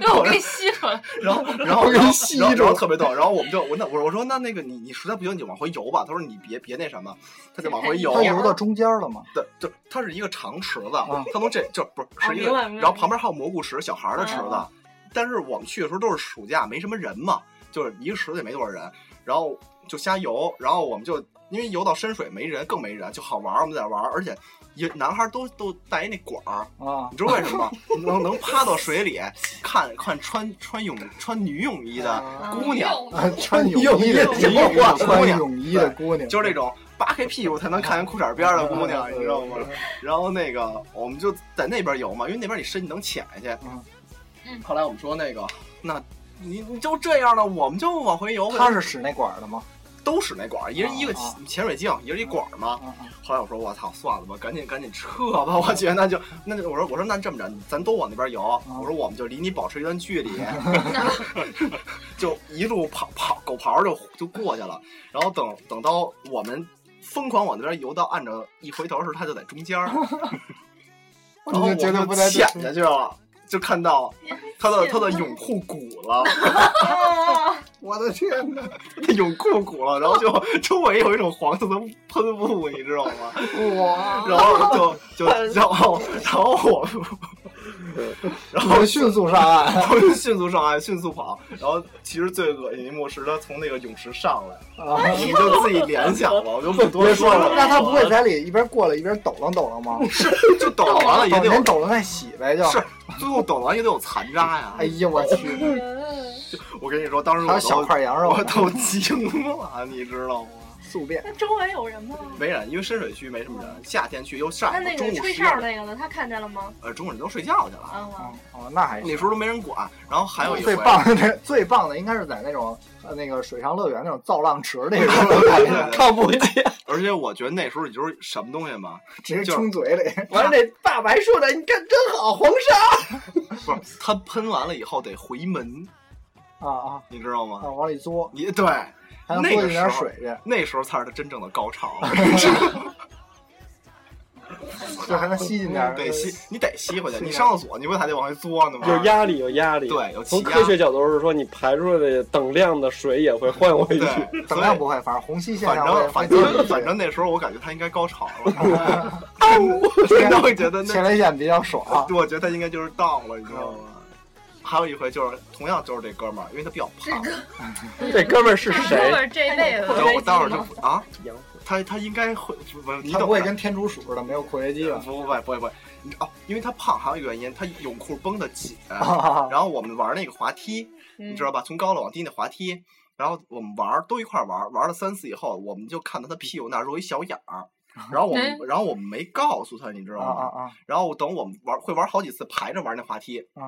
S6: 让我给吸出 来。
S5: 然后， 然后，
S7: 我给
S5: 然后，
S7: 吸
S5: 然后
S7: 住
S5: 然后特别逗。然后我们就我那我说我说那那个你你实在不行你就往回游吧。他说你别别那什么，他就往回游
S7: 它。游到中间了嘛？
S5: 对，就它是一个长池子
S7: 啊，
S5: 它从这就不是是
S6: 哦明
S5: 一个，
S6: 白明白
S5: 然后旁边还有蘑菇池，小孩儿的池子
S6: 啊。
S5: 但是我们去的时候都是暑假，没什么人嘛，就是一个池子也没多少人，然后就瞎游，然后我们就因为游到深水没人，更没人，就好玩儿，我们在那玩儿，而且也男孩儿都都带一那管儿，
S7: 啊，
S5: 你知道为什么吗？ 能能趴到水里看看穿穿泳穿女泳衣的姑娘，
S7: 啊 穿泳衣的
S5: 泳衣的姑娘
S7: 穿泳衣的姑娘，
S5: 就是那种扒开屁股才能看见裤衩边儿的姑娘，你知道吗？然后那个我们就在那边游嘛，因为那边你深你能潜下去。
S7: 嗯
S6: 嗯
S5: 后来我们说那个，那你你就这样了，我们就往回游呗。
S7: 他是使那管儿的吗？
S5: 都使那管儿，一人一个
S7: 啊
S5: 潜水镜，一人一管儿嘛。
S7: 啊啊
S5: 后来我说我操，算了吧，赶紧赶紧撤吧。我觉得那就那就我说我说那这么着，咱都往那边游。我说我们就离你保持一段距离，就一路跑跑狗刨就就过去了。然后等等到我们疯狂往那边游到岸着，一回头时他就在中间儿，
S7: 我
S5: 然后我
S7: 就觉得不太对
S5: 潜下去了，就看到他的他的泳裤鼓了，
S7: 我的天哪！
S5: 他的泳裤鼓了，然后 就周围有一种黄色的喷雾，你知道吗？
S7: 哇！
S5: 然后就就然后然后 我，然后
S7: 我迅速上 岸
S5: 然后就迅速上岸，迅速跑。然后其实最恶心一幕是他从那个泳池上来，
S7: 啊！
S5: 你就自己联想了，我就不多说了。
S7: 那他不会在里一边过来一边抖楞抖楞吗？
S5: 是就抖完了也得
S7: 连
S5: 有，
S7: 抖楞带洗呗，就。
S5: 啊是最后抖完也得有残渣呀。
S7: 哎呀，我去！
S5: 我跟你说，当时我
S7: 还有
S5: 都
S7: 小块羊肉
S5: 我、都惊了，你知道吗？
S7: 宿便，
S6: 那周围有人吗？嗯
S5: 没人，因为深水区没什么人，夏天去又
S6: 那
S5: 晒，
S6: 那
S5: 中
S6: 个
S5: 午
S6: 吹
S5: 十
S6: 哨
S5: 点，
S6: 那个呢？他看见了吗？
S5: 呃，中午人都睡觉去
S2: 嗯
S5: 了，
S6: 啊，
S7: 哦，那还
S5: 那
S7: 是
S5: 时候都没人管。然后还有一回
S7: 最，棒的，最棒的应该是在那种呃那个水上乐园那种造浪池那种，看不 见，
S5: 而且我觉得那时候你就是什么东西嘛，
S7: 直接冲嘴里。
S3: 完了，那大白说的，你看真好，黄沙。
S5: 不是他喷完了以后得回门，
S7: 啊啊
S5: 你知道吗？
S7: 啊！往里嘬，
S5: 你对，
S7: 还能
S5: 那
S7: 多
S5: 个
S7: 进点
S5: 时候
S7: 水去，
S5: 那时候才是他真正的高潮，
S7: 就还能吸进点。
S5: 得吸，你得吸回去。
S7: 是
S5: 你上厕所，你不还得往回嘬呢吗？
S3: 有压力，有压力。
S5: 对，有气
S3: 从
S5: 压
S3: 科。学角度是说，你排出来的等量的水也会换回去。
S5: 对，
S7: 怎
S5: 所
S7: 么样
S5: 以
S7: 不会，反正虹吸现
S5: 反
S7: 象会
S5: 正 反正反正那时候我感觉他应该高潮了，
S7: 正
S5: 真的会觉得
S7: 啊前啊嗯
S5: 那，
S7: 列腺比较爽。
S5: 我觉得他应该就是 down 了，你知道吗？还有一回就是同样就是这哥们儿，因为他比较胖，
S3: 这哥们儿是谁？
S6: 是
S2: 哎
S6: 这辈子
S5: 然后我待会儿就不啊
S3: 羊，
S5: 他他应该会不是你
S7: 他
S5: 懂
S7: 不会
S5: 的
S7: 跟天竺鼠似的没有括约肌吧？
S5: 不不不不会不会，你哦，因为他胖还有一个原因，他泳裤绷得 紧。
S7: 啊
S5: 然后我们玩那个滑梯，你知道吧？
S7: 嗯
S5: 从高了往低那滑梯，然后我们玩儿都一块儿玩儿，玩了三次以后，我们就看到他屁股那儿有一小眼儿，
S7: 嗯
S5: 然后我们然后我们没告诉他，你知道
S7: 啊
S5: 吗？
S7: 啊！
S5: 然后等我们玩会玩好几次，排着玩那滑梯。
S7: 嗯。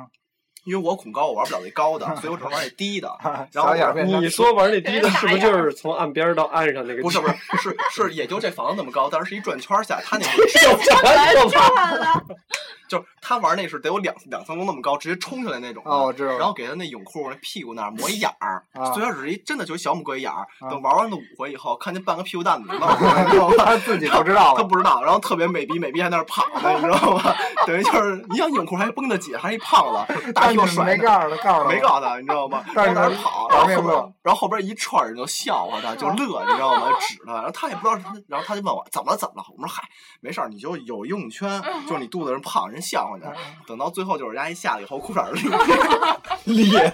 S5: 因为我恐高，我玩不了那 高的，所以我只能玩那低的。
S7: 啊
S5: 然后
S7: 小眼儿变成
S3: 你说玩那低的，是不是就是从岸边到岸上那 个？
S5: 不是不是是是，也就这房子那么高，但是是一转圈儿下，他那 个
S3: 有啥可怕？
S5: 就是他玩那是得有两两层楼那么高，直接冲下来那种的。
S7: 哦，我知道了。
S5: 然后给他那泳裤那屁股那儿磨一眼儿
S7: 啊，
S5: 最开始是一真的就是小母龟眼儿。
S7: 啊
S5: 等玩完了五回以后，看见半个屁股蛋子 露出来，你知道吗？
S7: 他自己不知道
S5: 他
S7: 了。
S5: 不知道，然后特别美逼，美逼还在那儿跑呢，你知道吗？ 等于就是，你想泳裤还绷得紧，还一胖子，大屁
S7: 但是
S5: 股
S7: 你
S5: 甩
S7: 没
S5: 着。
S7: 告诉他，告诉他
S5: 没告诉他，你知道吗？然
S7: 但
S5: 后在那
S7: 是
S5: 儿
S7: 你
S5: 跑，
S7: 玩
S5: 然后
S7: 命
S5: 后边
S7: 乐，
S5: 然后后边一串人就笑话他，就乐，你知道吗？指他，然后他也不知道是他，然后他就问我怎么了怎么了，我们说嗨，没事儿，你就有游泳圈，就是你肚子人胖，人笑
S7: 嗯
S5: 话你。等到最后就是人家一下来以后，裤衩儿裂 裂，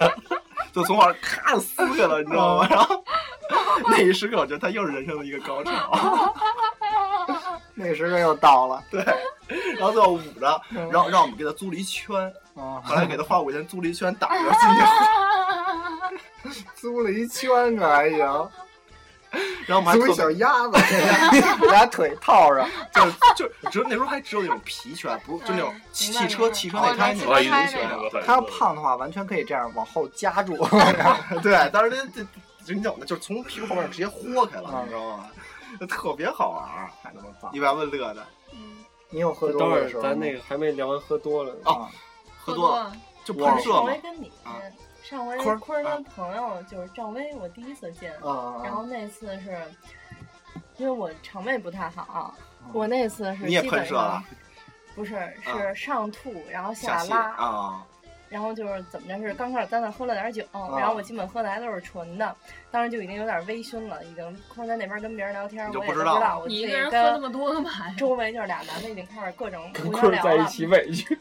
S5: 就从我这咔撕开了，你知道吗？
S7: 嗯
S5: 然后那一时刻，我觉得他又是人生的一个高潮。
S7: 那个时刻又到了。
S5: 对，然后最后捂着，
S7: 嗯
S5: 然后让我们给他租了一圈，
S7: 啊，
S5: 后来给他花五块钱租了一圈，打着 自己。
S7: 租了一圈哎可还行，
S5: 然后我们还特
S7: 租一
S5: 别
S7: 小鸭 子， 俩腿套上，
S5: 就是就是，只有那时候还只有那种皮圈，不是就那
S2: 嗯
S5: 种汽
S6: 明白
S5: 汽车汽车
S6: 明白
S5: 内胎那
S6: 哦
S8: 我
S5: 种
S8: 已
S6: 那拍
S8: 经
S5: 皮
S8: 选
S6: 那
S5: 圈。
S8: 了。
S7: 他要胖的话，完全可以这样往后夹住。
S5: 对，但是那这人叫就是从屁股后面直接豁开了，
S7: 嗯
S5: 你知道吗？ 那特别好玩儿，
S7: 太他妈棒！
S5: 你把我乐的，
S7: 你有喝
S3: 等
S7: 多
S3: 会
S7: 的
S3: 儿
S7: 时候吗？
S3: 咱那个还没聊完，喝多了呢。
S5: 哦喝多了
S6: 了。
S5: 就喷射
S2: 上
S5: 嘛
S2: 回。跟你
S5: 啊
S2: 上回
S5: 坤儿
S2: 坤儿
S5: 啊
S2: 跟朋友就是赵薇，我第一次见，
S7: 啊
S2: 然后那次是因为我肠胃不太好，我那次是
S5: 啊你也
S2: 基
S5: 喷
S2: 本
S5: 射了啊
S2: 上，不是是上吐，然后
S5: 下戏
S2: 拉，
S5: 啊，
S2: 然后就是怎么着是刚开始在那喝了点酒，然后我基本喝的还都是纯的，当时就已经有点微醺了，已经空在那边跟别人聊天，
S5: 你就
S2: 我也都
S5: 不
S2: 不
S5: 知道
S2: 道我
S4: 你
S2: 自
S4: 一
S2: 己
S4: 个人喝
S2: 跟
S4: 那么多干嘛呀？
S2: 周围就是俩男的已经开始各种
S3: 跟
S2: 互
S3: 棍
S2: 相
S3: 儿
S2: 聊
S3: 在一
S2: 了，
S3: 起委屈，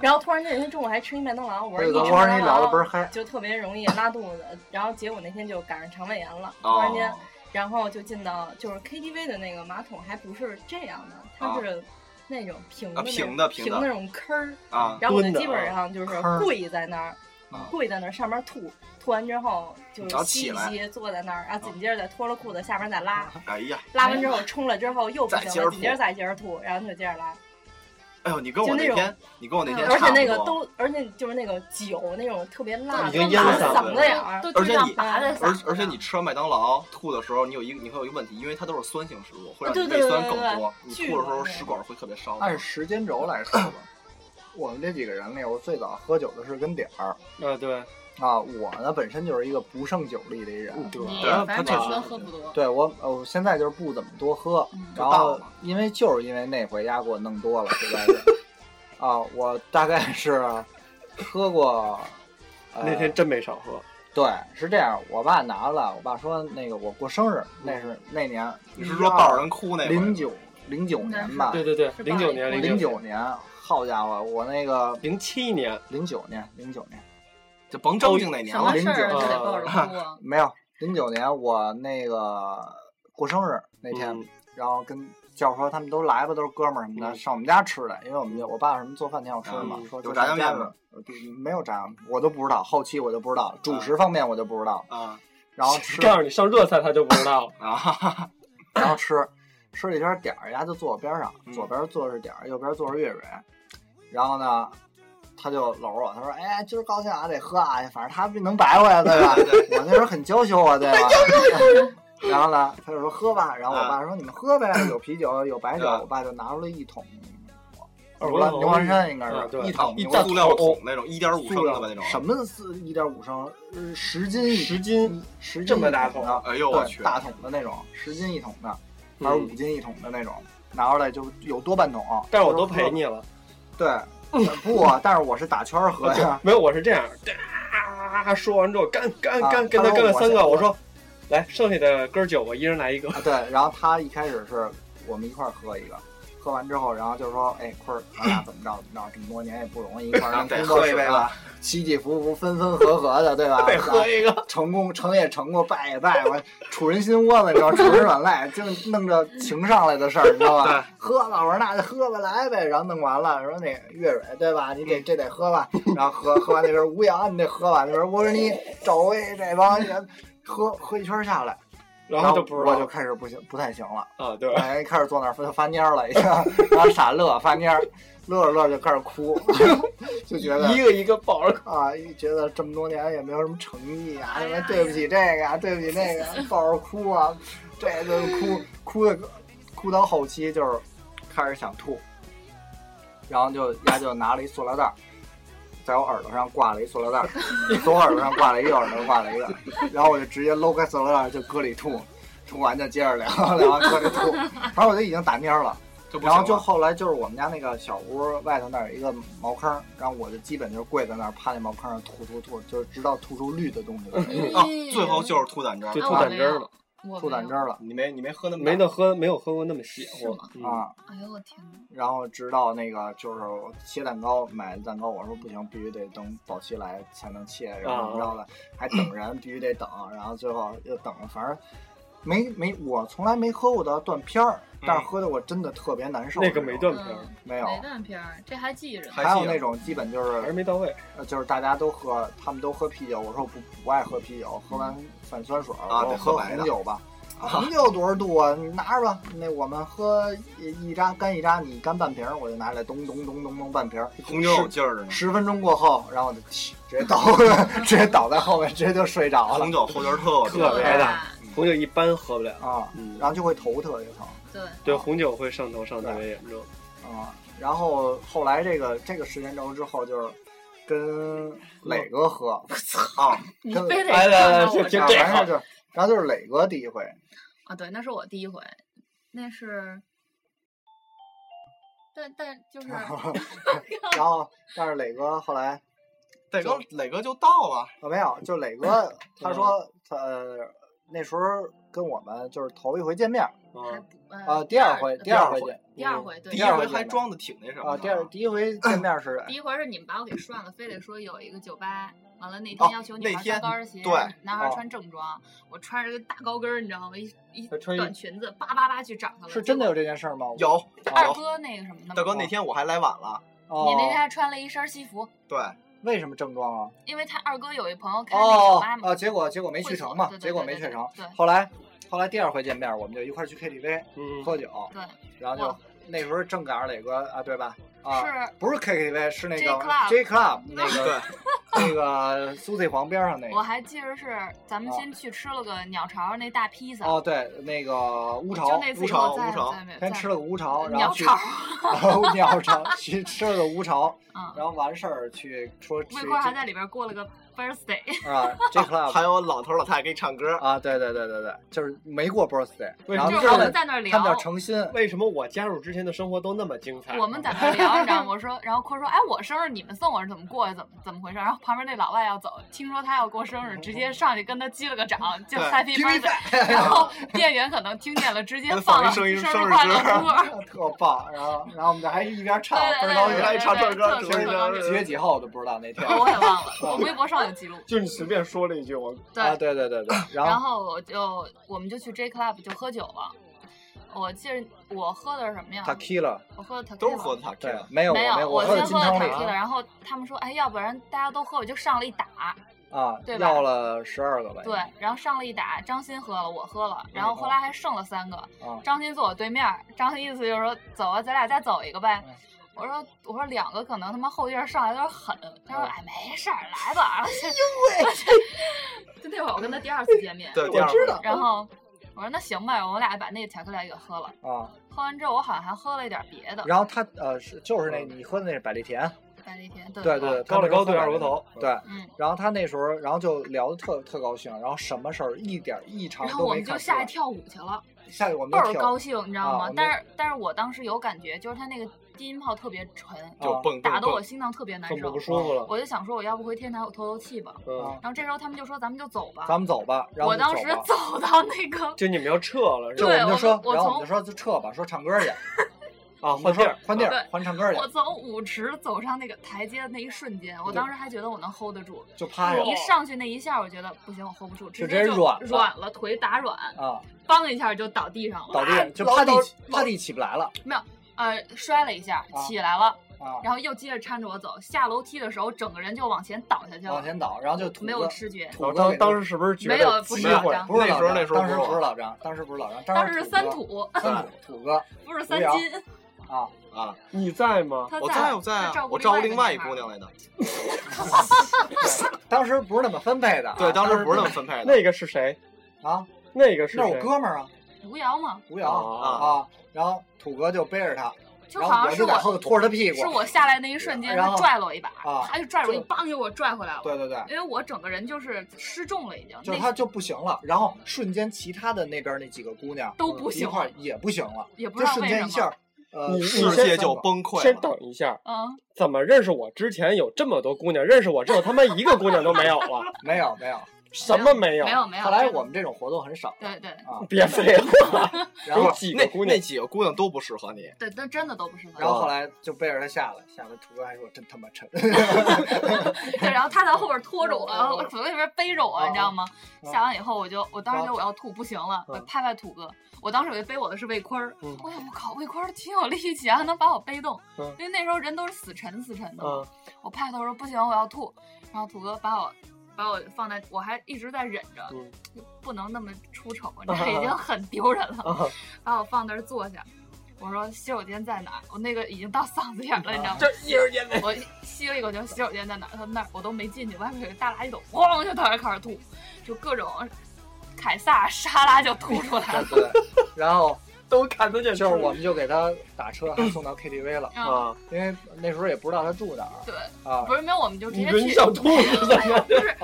S2: 然后突然间有一天中午还吃一麦当劳，我说
S3: 对
S2: 一
S3: 的
S2: 吃
S3: 我说啊
S2: 麦当
S3: 你聊得
S2: 劳
S3: 倍儿嗨
S2: 就特别容易拉肚子，然后结果那天就赶上肠胃炎了，突然间
S5: 哦，
S2: 然后就进到就是 KTV 的那个马桶还不是这样的，它
S5: 啊
S2: 是那种平
S5: 啊
S2: 的那种
S5: 平的平
S2: 平
S5: 的
S2: 那种坑儿
S5: 啊
S2: 然后我就
S5: 蹲的
S2: 基本上就是
S5: 坑儿
S2: 跪在那儿
S5: 啊。
S2: 跪在那儿，上面吐，吐完之后就
S5: 然后
S2: 是
S5: 起
S2: 吸一
S5: 来
S2: 吸，坐在那儿，然后紧接着再脱了裤子，下边再拉，
S5: 哎呀，
S2: 拉完之后冲了之后又不
S5: 再接
S2: 行
S5: 着
S2: 了，紧接着
S5: 吐
S2: 再接着吐，然后就接着拉。
S5: 哎呦，你跟我
S2: 就那
S5: 那
S2: 种嗯
S5: 天，你跟我那天
S2: 而且
S5: 差不
S2: 那个
S5: 多
S2: 都，而且就是那个酒那种特别辣，
S5: 已经
S2: 都
S5: 淹
S2: 辣
S5: 在嗓
S2: 嗓
S5: 子
S2: 子
S5: 里
S2: 眼儿，
S5: 而且你，
S2: 拔在
S5: 而而且你吃完麦当劳吐的时候，你有一个你会有一个问题，因为它都是酸性食物，会让
S2: 对
S5: 你
S2: 对
S5: 胃
S2: 对
S5: 酸
S2: 对
S5: 更
S2: 对
S5: 多。
S2: 对
S5: 你
S2: 巨
S5: 吐的时候
S2: 恶心
S5: 食管会特别烧。
S7: 按时间轴来说吧，我们这几个人里，我最早喝酒的是跟点儿。
S3: 啊，对。
S7: 啊，我呢本身就是一个不胜酒力的一人，对
S4: 嗯你
S3: 啊
S4: 反正每次都喝不多。
S7: 对我，呃我现在就是不怎么多喝，
S3: 嗯
S7: 然后因为就是因为那回压给我弄多了，实在 是啊，我大概是喝过、呃、
S3: 那天真没少喝。
S7: 对，是这样，我爸拿了，我爸说那个我过生日，那是那年，
S5: 你是说抱着人哭那回
S7: 零九零九年吧？
S3: 对对对，零九年，
S7: 啊零
S3: 九
S7: 九年，好家伙，我那个
S3: 零七年，
S7: 零九年，零九年，
S5: 就甭
S7: 正
S5: 正
S7: 经
S5: 经
S7: 那
S5: 那
S7: 年
S5: 年
S7: 了
S5: 了。
S7: 零九
S4: 就得抱着哭啊
S7: 没有，零九年我那个过生日那天，
S5: 嗯
S7: 然后跟教授说他们都来吧，都是哥们儿什么的，上我们家吃来，因为我们家我爸什么做饭挺好吃的嘛，
S5: 嗯
S7: 说
S5: 有
S7: 就
S5: 炸酱
S7: 咱家
S5: 面
S7: 吧
S5: 吗
S7: 呃没有炸，我都不知道，后期我就不知道，
S5: 嗯
S7: 主食方面我就不知道，
S5: 啊，
S7: 然后吃，
S3: 告诉你上热菜他就不知道了
S5: 啊，
S7: 然后吃，吃了一圈点儿，人家就坐我边上，左边坐着点儿，右边坐着月月，然后呢。他就搂着我，他说：“哎，今儿高兴啊，得喝啊，反正他能白我呀，对吧？ 我那时候很娇羞啊，对吧？ 然后呢，他就说喝吧，然后我爸说你们喝呗，有啤酒有白酒，
S5: 啊
S7: 我爸就拿出了一桶
S3: 二
S7: 牛栏牛栏山应该
S3: 啊
S7: 是
S3: 对
S7: 一桶
S5: 一
S7: 牛
S5: 大塑料
S7: 桶
S5: 桶那种1.5升的吧那种
S7: 什么四一点五升，呃十斤十斤十斤
S3: 这么大
S7: 一
S3: 桶
S7: 的，
S5: 哎呦我
S7: 对
S5: 去
S7: 大桶的那种，十斤一桶的，还是
S3: 嗯
S7: 五斤一桶的那种，拿出来就有多半桶。
S3: 但是我都陪你了。
S7: 对， 不啊，但是我是打圈儿喝 呀。
S3: 没有，我是这样，啊，说完之后干干
S7: 啊
S3: 干，跟他
S7: 他说
S3: 干了三个，
S7: 我
S3: 我说，来，剩下的哥儿酒我一人来一个。
S7: 啊，对，然后他一开始是我们一块儿喝一个，喝完之后，然后就说，哎，坤儿，咱俩怎么着怎么着，这么多年也不容易，一块儿能
S5: 得
S7: 通过
S5: 喝一
S7: 水
S5: 杯
S7: 了
S5: 吧，
S7: 啊起起伏伏，分分合合的，对吧？
S3: 得喝一个，
S7: 成功成也成过，败也败过，杵人心窝子，你知道，杵人软肋，就弄着情上来的事儿，你知道吧？喝吧，我说那就喝吧，来呗，然后弄完了，说那月蕊对吧？你
S3: 嗯
S7: 得这得喝吧，然后喝喝完那时候吴阳你得喝吧，那时候我说你找位这帮人喝喝一圈儿下来。
S3: 然后就不知道
S7: 我就开始不行，不太行了。
S3: 啊，对，
S7: 哎，开始坐那儿发发蔫儿了，已经，然后傻乐发蔫儿，乐着乐着就开始哭， 就觉得
S3: 一个一个抱着。
S7: 啊，觉得这么多年也没有什么诚意啊，什么对不起这个啊，对不起那个啊，抱着哭啊，这就哭哭的，哭到后期就是开始想吐，然后就丫就拿了一塑料袋儿，在我耳朵上挂了一塑料袋儿，左耳朵上挂了一个，右 耳朵上挂了一个，然后我就直接搂开塑料袋儿就搁里吐，吐完就接着聊， 聊完搁里吐，反正我就已经打蔫儿了。
S5: 就不
S7: 然后
S5: 行
S7: 就
S5: 了。
S7: 后来就是我们家那个小屋外头那儿有一个茅坑，然后我就基本就是跪在那儿趴那茅坑上吐吐吐，就是直到吐出绿的东西来，
S5: 啊，最后就是吐胆汁
S7: 嗯
S5: 儿
S3: 就
S4: 嗯啊
S3: 吐
S4: 我
S3: 胆
S4: 没
S3: 汁儿
S4: 有
S3: 了
S4: 我
S7: 吐
S4: 没
S7: 胆
S4: 有
S7: 汁儿了
S5: 你没你没喝那么
S3: 没那喝，没有喝过那么邪乎
S4: 吗。
S3: 嗯
S7: 啊。
S4: 哎呦我天哪！
S7: 然后直到那个就是我切蛋糕买的蛋糕，我说不行，必须得等保期来才能切，然后
S3: 啊
S7: 然后呢还等人，必须得等，然后最后又等了，反正没没我从来没喝过的断片儿，但是喝的我真的特别难受。
S3: 嗯那个没断片儿，
S4: 嗯，
S7: 没有，
S1: 哦
S4: 没断片儿，这还记着呢。
S5: 还
S7: 还有
S5: 记得
S7: 那种基本就是
S3: 还是没到位。
S7: 呃，就是大家都喝，他们都喝啤酒。我说我不不爱喝啤酒，喝完反酸水儿
S5: 啊
S7: 我
S5: 得
S7: 喝
S5: 喝白的
S7: 红酒 吧。红酒多少度啊？你拿着吧。那我们喝一一扎干一扎，你干半瓶儿，我就拿来咚咚咚咚咚半瓶儿。
S5: 红酒有劲儿呢，
S7: 十分钟过后，然后我就起直接倒， 直接倒在后面，直接就睡着了
S5: 红酒后劲儿特别
S3: 特别
S5: 大。
S3: 的
S7: 嗯
S3: 红酒一般喝不了，
S7: 啊。
S3: 嗯，
S7: 然后就会头特别疼
S4: 对，
S3: 对，红酒会上头上特别严重。
S7: 啊。然后后来这个这个时间轴之后，就是跟磊哥喝啊，
S4: 你
S7: 跟
S4: 非得
S3: 来来
S4: 看到哎
S3: 来
S4: 我
S3: 就
S4: 这
S7: 啊
S3: 这
S7: 反
S3: 好
S7: 正就是，然后就是磊哥第一回。
S4: 啊？对，那是我第一回，那是但但就是
S7: 然后，但是磊哥后来，
S5: 磊哥磊哥就到了，
S7: 啊，没有，就磊哥他说他呃那时候跟我们就是头一回见面儿，啊，第二回
S4: 呃第
S7: 二
S4: 二
S7: 回
S4: 回
S7: 见，
S4: 第
S3: 嗯
S4: 二回对
S7: 第
S4: 第一回
S7: 见面
S4: 还装
S5: 得挺那什
S4: 么
S7: 啊，第二第一回见面是
S4: 第一回是你们把我给涮了，非得说有一个酒吧，完了那天要求女
S7: 哦那
S4: 孩
S7: 天
S4: 穿高跟鞋，
S7: 对
S4: 男孩
S7: 哦
S4: 穿正装，我穿着个大高跟儿，你知道吗？一一
S7: 穿一
S4: 短裙子，叭叭叭去找他了。
S7: 是真的有这哦件事儿吗？
S5: 有
S4: 二哥那个什么的嘛，
S5: 大哥那天我还来晚了，
S4: 你那天还穿了一身西服，
S5: 对，
S7: 哦为什么正装啊？
S4: 因为他二哥有一朋友开那个酒
S7: 哦
S4: 吧嘛，
S7: 啊，结果结果没去成嘛
S4: 会，所对对
S7: 结果
S4: 对
S7: 没去成
S4: 对。
S7: 后来后来第二回见面，我们就一块儿去 KTV
S3: 嗯
S7: 喝酒，
S4: 对，
S7: 然后就
S4: 哇
S7: 那时候正赶上磊哥啊，对吧？啊
S4: 是，
S7: 不是 KTV，是那
S4: J
S7: 个
S4: Club
S7: J Club 那个那个苏 C 黄边上那
S4: 我
S7: 个。
S4: 还记着是咱们
S7: 啊
S4: 先去吃了个鸟巢那大披萨，
S7: 哦，对，那个乌
S4: 就
S7: 巢，
S4: 那次
S7: 乌
S4: 以
S7: 巢，
S4: 后
S7: 乌
S4: 再
S7: 巢
S4: 再没，呃
S7: 先吃了个乌巢，然
S4: 鸟
S7: 后去，
S4: 巢嗯
S7: 然后 鸟巢去吃了个乌 巢，然后完事儿去说去
S4: 魏坤还在里边过了个 birthday，
S7: 啊，J Club
S5: 还有老头老太太给你唱歌
S7: 啊，对对对对对，就是没过 birthday，
S3: 为
S7: 然
S3: 什
S7: 后
S3: 么
S7: 他们
S4: 在那儿聊
S7: 他们叫诚心，
S3: 为什么我加入之前的生活都那么精彩？
S4: 我们在 那聊，你知道吗？我说，然后坤说，哎，我生日你们送我是怎么过呀？怎么怎么回事？然后旁边那老外要走，听说他要过生日，直接上去跟他击了个掌，就
S7: 对
S4: Happy
S7: 击
S3: 哎
S4: Birthday。然后店员可能听见了，直接放
S7: 放
S4: 了
S7: 一声音
S4: 生
S7: 日
S4: 快乐歌。
S7: 歌，特棒。然后，然后我们这还一边唱，
S4: 对
S7: 倍儿
S4: 对
S7: 高兴，
S4: 对对对
S7: 唱儿歌，
S4: 对对对
S7: 几月几号我都不知道那天，
S4: 我 也忘了，我微博上有记录。
S3: 就是你随便说了一句，我
S4: 对
S7: 啊，对对对对，
S4: 然
S7: 后
S4: 后我就我们就去 J Club 就喝酒了。我记得我喝的是什么呀？
S7: 他 k 了，
S4: 我喝的 tequila，
S7: 都喝的 tequila 对没有
S4: 没
S7: 我没有我
S4: 我
S7: 喝的
S4: 先
S7: 金
S4: 喝的
S7: 汤
S4: tequila，
S7: 力
S4: 然后他们说，哎，要不然大家都喝，我就上了一打。
S7: 啊，
S4: 对吧
S7: 要了十二个吧，
S4: 对，然后上了一打，张鑫喝了，我喝了，然后后来还剩了三个。
S7: 嗯啊
S4: 张鑫坐我对面儿，张鑫意思就是说，走啊，咱俩再走一个呗。
S7: 嗯
S4: 我说我说两个可能他妈后劲儿上来有点狠，他
S7: 嗯
S4: 说哎没事儿来吧，然后
S7: 哎
S4: 因为 就那会儿我跟他第二次见面，
S5: 对第二我知道
S4: 然后我说那行吧，我们俩把那个巧克力给喝了，
S7: 啊，
S4: 喝完之后我好像还喝了一点别的，
S7: 然后他呃是就是那你喝的那是百利甜，
S4: 白丽甜
S7: 对对，
S4: 对，
S7: 他那时候喝百利甜
S3: 高了高
S7: 对
S4: 嗯，
S7: 然后他那时候然后就聊的特特高兴，然后什么事儿一点儿异常
S4: 然后
S7: 都
S4: 我
S7: 没
S4: 们
S7: 看
S4: 就
S7: 出来，
S4: 下去跳舞去了。
S7: 下去我
S4: 倍
S7: 们就
S4: 儿
S7: 跳
S4: 高兴，你知道
S7: 啊
S4: 吗？
S7: 我们就
S4: 但是但是我当时有感觉，就是他那个低音炮特别沉，
S7: 就蹦蹦
S4: 打得
S7: 蹦
S4: 我心脏特别难
S7: 蹦
S4: 受，
S7: 不舒服了
S4: 我就想说，我要不回天台我透透气吧。
S7: 嗯
S4: 然后这时候他们就说，咱们就走吧。
S7: 咱们走吧，然后
S4: 我当时
S7: 走吧。
S4: 走到那个，
S3: 就你们要撤了，
S7: 就
S4: 对
S7: 们就
S4: 我
S7: 说，
S4: 我
S7: 然后我们
S4: 从
S7: 就说就撤吧，说唱歌去
S3: 啊，
S7: 换地儿，换地儿
S4: 对，
S7: 换唱歌去
S4: 我，从舞池走上那个台阶的那一瞬间，我当时还觉得我能 hold 得住，
S7: 就
S3: 哎
S7: 趴下了
S4: 一上去那一下，我觉得不行，我 hold 不住，
S7: 就
S4: 直
S7: 直接
S4: 就
S7: 软了
S4: 软了，腿打软，
S7: 啊，
S4: 梆一下就倒地上了，
S7: 倒
S4: 哎
S7: 地就
S4: 老
S7: 趴地
S4: 头
S7: 起趴地起不来了，
S4: 没有，呃，摔了一下，
S7: 啊
S4: 起来了，
S7: 啊
S4: 然后又接着搀着我走。下楼梯的时候，整个人就往前倒下去了，
S7: 往前倒，然后就吐
S4: 没有
S7: 了
S4: 知觉。
S7: 吐了
S3: 当
S7: 给
S3: 当
S7: 他
S3: 时是不是觉
S4: 没
S3: 得
S4: 有不
S3: 机
S4: 是老
S3: 会
S4: 张
S7: 不是
S3: 那
S7: 老
S3: 时候那时候
S7: 当时
S3: 不是
S7: 不是
S3: 老啊
S7: 老张，当时不是老张，
S4: 当时
S7: 是
S4: 是三
S7: 土
S4: 土，
S7: 哥，三土土哥，
S4: 不是
S7: 吴
S4: 三
S7: 瑶
S4: 金。
S7: 啊
S5: 啊！
S3: 你在吗？
S4: 他
S5: 我
S4: 在
S5: 在我在
S4: 他照
S5: 啊，
S4: 顾
S5: 我照顾另
S4: 另
S5: 外
S4: 外
S5: 一
S4: 一个
S5: 姑娘来的，
S7: 当时不是那么分配的啊，
S5: 对当时
S7: 时
S5: 不是那么分配的
S3: 那个是谁？
S7: 啊，
S3: 那个是
S7: 那是我
S3: 谁
S7: 哥们儿啊，
S4: 吴瑶嘛，
S7: 吴瑶
S3: 哦
S7: 啊，然后土哥就背着他，
S4: 就
S7: 然后
S4: 好像
S7: 我
S4: 是
S7: 就在后头拖着他屁股，
S4: 是我下来那一瞬间，
S7: 然后
S4: 他拽了我一把，
S7: 啊
S4: 他就拽着我一
S7: 就
S4: 帮给我拽回来了。
S7: 对对对
S4: 因为我整个人就是失重了，已经。
S7: 就是
S4: 那
S7: 他就不行了，然后瞬间其他的那边那几个姑娘
S4: 都不行
S7: 一块儿也不行了，
S4: 也
S7: 就
S4: 不知道
S7: 瞬
S4: 为
S7: 间
S4: 什
S7: 一下
S4: 么，
S7: 呃，
S3: 你
S7: 世
S3: 你
S7: 界
S3: 先
S7: 就
S3: 先等一下，
S4: 嗯，
S3: 怎么认识我之前有这么多姑娘？认识我之后，他妈一个姑娘都没有了。
S7: 没有没有，
S3: 什么没有？
S4: 没有没有
S7: 后来我们这种活动很少，
S4: 哎对对
S3: 别废话。
S7: 然后
S5: 不是那那几个姑娘都不适合你，
S4: 对，但真的都不 是很好。
S7: 然后后来就背着他下来，下来土哥还说真他妈沉，
S4: 对，然后他在后边拖着我，
S7: 哦
S4: 然后我土哥在那边背着我，你知道吗？
S7: 啊
S4: 下完以后，我就我当时觉得我要吐，不行了，
S7: 嗯
S4: 我拍拍土哥。我当时以为背我的是魏坤儿，
S3: 嗯
S4: 我想我靠，魏坤儿挺有力气啊，还能把我背动
S3: 嗯，
S4: 因为那时候人都是死沉死沉的
S3: 嗯
S4: 嘛。我拍他我说不行，我要吐，然后土哥把我。把我放在，我还一直在忍着，不能那么出丑，这已经很丢人了。把我放那儿坐下，我说洗手间在哪儿？我那个已经到嗓子眼儿了，你知道吗？
S3: 啊这洗手间在
S4: 我吸了一口气，洗手间在哪儿？他那儿我都没进去，外面有个大垃圾桶，咣就倒着开始吐，就各种凯撒沙拉就吐出来了。
S7: 对，然后
S3: 都看得见，
S7: 就是我们就给他打车还送到 KTV 了
S4: 啊，
S7: 因为那时候也不知道他住哪儿
S4: 对，
S7: 啊，
S4: 不是没有，我们就直接
S7: 你
S4: 去。
S7: 人小兔子
S4: 不是，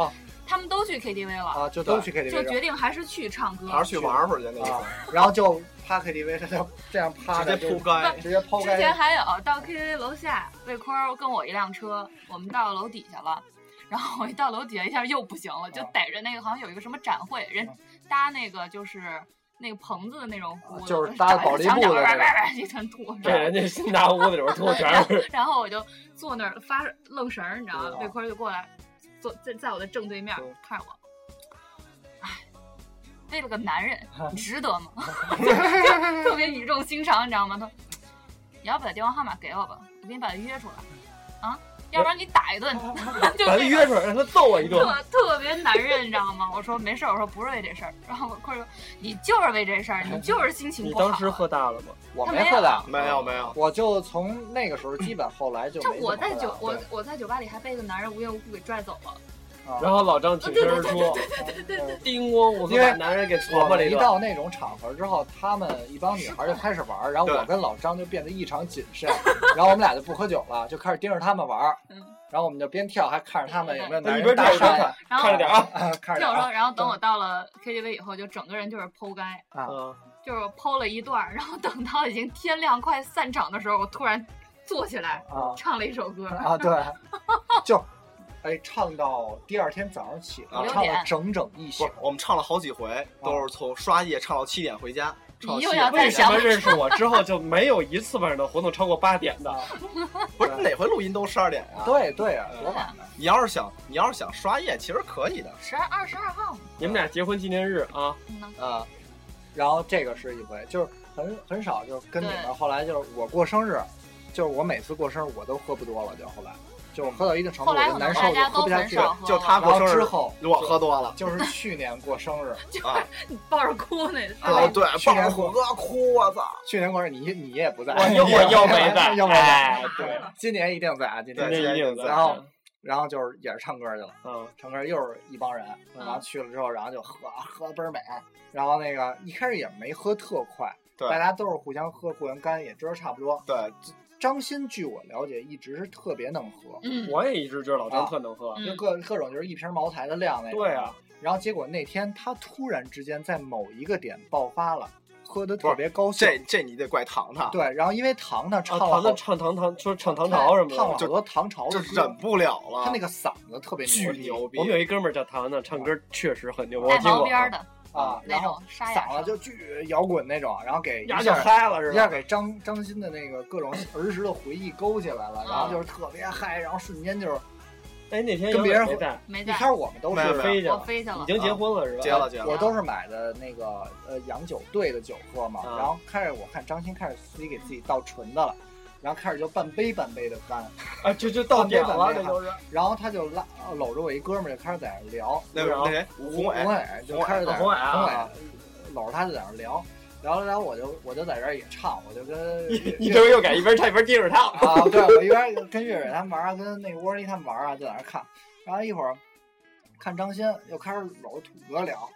S4: 他们都去 KTV 了
S7: 啊就都去 KTV
S4: 就决定还是去唱歌，
S7: 还是去玩会儿去那种，然后就趴 KTV，他就这样趴着
S4: 直接
S7: 就
S4: 铺盖
S7: 直接抛
S4: 之
S7: 开。
S4: 前还有到 KTV 楼下，魏坤儿跟我一辆车，我们到楼底下了，然后我一到楼底下一下又不行了，就逮着那个好像有一个什么展会，人搭那个就是那个棚子的那种屋子，
S7: 啊就是搭保利布的那种
S4: 墙角叭叭叭一团吐，
S3: 这人家新拿屋子里边吐 全是
S4: 然后我就坐那儿发愣神儿，你知道吗？魏坤儿就过来，坐在在我的正对面
S7: 嗯
S4: 看着我。唉，为了个 男人，值得吗？ 就就特别语重心长，你知道吗？他说你要不把电话号码给我吧，我给你把他约出来啊，要不然你打一顿，
S7: 哎
S4: 就
S3: 把他
S4: 这
S3: 约出来，让他揍我一顿。
S4: 特特别男人，你知道吗？我说没事儿，我说不是为这事儿。然后我坤儿说你就是为这事儿，你就是心情
S3: 你
S4: 不 好。
S3: 当时喝大了吗？
S7: 我
S4: 他
S7: 没
S4: 没
S7: 喝
S4: 有
S7: 大，
S3: 没有没有
S7: 我就从那个时候基本后来就
S4: 就
S7: 没
S4: 嗯我
S7: 怎么喝
S4: 在
S7: 大
S4: 酒
S7: 了
S4: 我
S7: 对
S4: 我在酒吧里还被一个男人无缘无故给拽走了。
S3: 然后老张挺身而出，叮咣，我就把男人给
S7: 我
S3: 戳破了
S7: 们
S3: 一
S7: 一
S3: 顿。
S7: 到那种场合之后，他们一帮女孩就开始玩儿，然后我
S3: 对
S7: 跟老张就变得异常谨慎，然后我们俩就不喝酒了，就开始盯着他们玩儿，然后我们就边跳还看着他们有没有男
S3: 一
S7: 人
S3: 边
S7: 搭
S3: 跳一边
S7: 讪，
S4: 看看着点儿啊
S7: 啊，看着
S4: 听
S7: 点
S4: 我
S7: 儿
S4: 说，
S7: 啊
S4: 然后等我到了 KTV 以后，就整个人就是剖开，
S7: 啊，
S4: 就是剖了一段儿，然后等到已经天亮快散场的时候，我突然坐起来、
S7: 啊
S4: 唱了一首歌
S7: 啊，对，就哎唱到第二天早上起来，
S5: 啊
S7: 唱了整整一宿。
S5: 我们唱了好几回，都是从刷夜唱到七点回家。唱到
S4: 你又
S5: 7
S4: 要
S7: 啊
S5: 点
S4: 再
S3: 啊为什么
S4: 想
S3: 认识 我之后就没有一次晚上的活动超过八点的？
S5: 不是哪回录音都十二点呀？
S7: 对对啊，
S4: 多晚
S5: 呢？你要是想，你要是想刷夜，其实可以的。
S4: 十二二十二号嘛，
S3: 你们俩结婚纪念日啊？
S4: 嗯
S7: 啊，然后这个是一回，就是很很少，就是跟你们后来就是我过生日，就是我每次过生日我都喝不多了，就后来就是喝到一定程度
S4: 后
S7: 我
S4: 来
S7: 就难受，
S4: 可能
S7: 就
S4: 大家
S7: 喝不下去
S4: 都很少
S7: 了。
S4: 喝了就就他过生日
S7: 然后之后
S5: 我喝多了，
S7: 就是 去年过生日
S5: 啊，
S4: 你抱着哭 那是
S7: 对对
S5: 抱着
S7: 虎
S5: 哥哭，我操！
S7: 去年过生日你你也不在，
S3: 我又我又没在
S7: 又没在
S3: 哎，
S7: 对，今年一定在啊，今年
S3: 今年一定在嗯
S7: 然后然后就是也是唱歌去了，嗯，唱歌又是一帮人，
S3: 嗯
S7: 然后去了之后，然后就喝啊喝倍儿美，然后那个一开始也没喝特快，
S5: 对
S7: 大家都是互相喝互相干，也知道差不多。
S5: 对，
S7: 张鑫据我了解一直是特别能喝，
S3: 我也一直觉得老张特能喝
S7: 啊，就各各种就是一瓶茅台的量那种。
S3: 对啊，
S7: 然后结果那天他突然之间在某一个点爆发了，喝的特别高兴。
S5: 这这你得怪糖糖。
S7: 对，然后因为糖糖唱嗯了
S3: 啊糖
S7: 好
S3: 哦糖唱唐唐说唱唐朝什么的，
S7: 唱了好多唐朝的
S3: 就
S7: 歌
S3: 忍不了了
S7: 他那个嗓子特别
S3: 巨
S7: 牛
S3: 牛
S7: 逼。
S3: 我们有一哥们儿叫唐唐，唱歌确实很牛，我
S7: 带
S3: 听
S7: 毛
S3: 过
S7: 边儿的
S3: 啊。
S7: 啊，
S3: 那
S7: 然
S3: 种
S7: 后
S4: 沙哑
S7: 嗓子就巨摇滚那种，然后给一
S3: 呀
S7: 下
S3: 就嗨了是吧
S7: 一下给张张鑫的那个各种儿时的回忆勾起来了，然后
S3: 嗯
S7: 就是特别嗨，然后瞬间就是，
S3: 哎，那天
S7: 跟别人
S3: 没在，
S4: 没
S7: 一开始我们都是
S3: 飞去了，已经结婚了 是吧？
S7: 啊我都是买的那个呃洋酒兑的酒喝嘛，
S3: 啊
S7: 然后开始我看张鑫开始自己给自己倒纯的了，然后开始就半杯半杯的干，
S3: 啊，就就到点了
S7: 半杯半杯
S3: 这都是
S7: 干然后他就拉搂着我一哥们儿就开始在那聊，
S3: 那个那谁
S7: 吴宏
S3: 宏伟
S7: 伟就
S3: 宏伟
S7: 开始在那
S3: 啊宏伟啊
S7: 宏伟搂着他就在那聊。聊着聊着，我就我就在这儿也唱，我就跟
S3: 一一边又改一边唱一边盯着他
S7: 啊，对，我一边跟月月他们玩啊，跟那个窝里他们玩啊，就在那儿看。然后一会儿看张鑫又开始搂着土哥聊，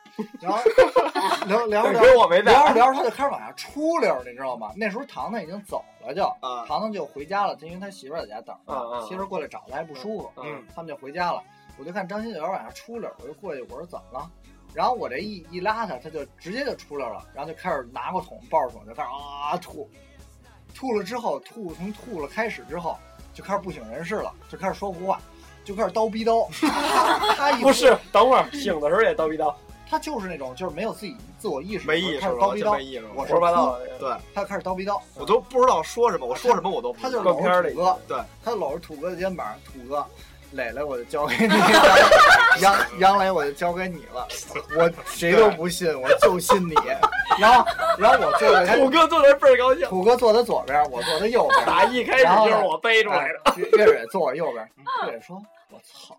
S7: 然 后聊聊着
S3: 土
S7: 聊
S3: 哥我没在
S7: 聊着聊着他就开始往下出溜儿，你知道吗？那时候糖糖已经走了就，
S5: 啊
S7: 糖糖就回家了，因为他媳妇儿在家等着
S3: 嗯嗯嗯
S7: 呢，媳妇儿过来找他还不舒服，
S3: 嗯，
S7: 他们就回家了。我就看张鑫有点往下出溜儿，我就过去，我说怎么了？然后我这一一拉他，他就直接就出溜了，然后就开始拿过桶抱着桶就开始啊吐，吐了之后，吐从吐了开始之后，就开始不省人事了，就开始说胡话，就开始叨逼叨。 他一
S3: 不是，等会儿醒的时候也叨逼叨，
S7: 他就是那种就是没有自己自我意识，
S5: 没意识
S7: 开始
S5: 了，
S7: 叨逼
S5: 真
S7: 叨，
S5: 没意识了，
S7: 我
S5: 胡说八道
S7: 了，
S5: 对，
S7: 他就开始叨逼叨，
S5: 我都不知道说什么，我说什么我都不知
S7: 他
S5: 道
S7: 就搂着土哥，
S5: 对，
S7: 他搂着土哥的肩膀，土哥，磊磊我就交给你了，杨杨磊我就交给你了，我谁都不信，我就信你。然后然后我坐在他
S3: 土哥坐那倍儿高兴，
S7: 土哥坐他左边，我坐他右边。
S3: 打一开始就是我背出来的
S7: 然后呢。哎月月月坐我右边，月月说：“我操，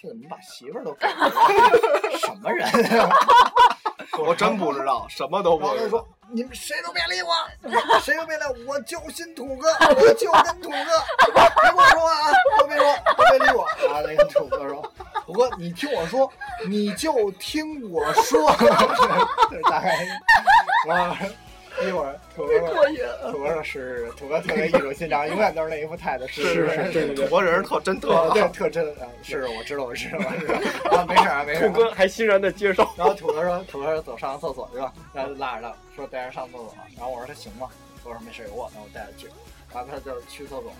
S7: 这怎么把媳妇儿都给了？什么人啊？”
S5: 我真不知道，什么都不
S7: 然后他
S5: 知
S7: 就说
S5: 道。：“
S7: 你们谁都别理我，谁都别理我，我就信土哥，我就跟土哥，别跟我说话啊，都别说，都别理我啊。”那个土哥说：“ 土哥，你听我说，你就听 我说。”就是大概，然后一会儿土哥说：“土哥说是土哥特别艺术欣赏，永远都是那一副态度，是是
S3: 是是对对对
S7: 土
S3: 国人特真特好
S7: 对， 特真啊，是我知道我知道我知道 啊，没事啊没事
S3: 兔
S7: 啊。
S3: 哥还欣然的接 受。
S7: 然后土哥说：“土哥说走上厕所去吧。”然后就拉着他说：“带着上厕所。”啊然后我说：“他行吗？”土哥说：“没事，有我呢，我带他去。”然后他就去厕所了。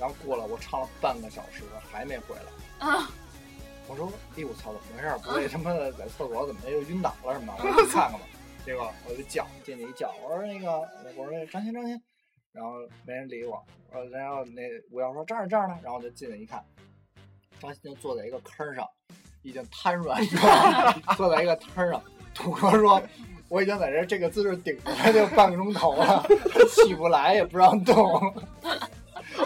S7: 然后过了，我唱了半个小时还没回来。
S4: 啊，
S7: 我说：“哎呦我操，怎么回事？不会他妈的在厕所怎么又晕倒了什么的？我说去看看吧。”结果我就叫进去一叫，我说：“那个，我说张鑫张鑫。”然后没人理我。呃，然后那我要说这儿这儿呢，然后我就进去一看，张鑫就坐在一个坑上，已经瘫软状，坐在一个摊上。土哥说：“我已经在这这个姿势顶着他就半个钟头了，起不来也不让动。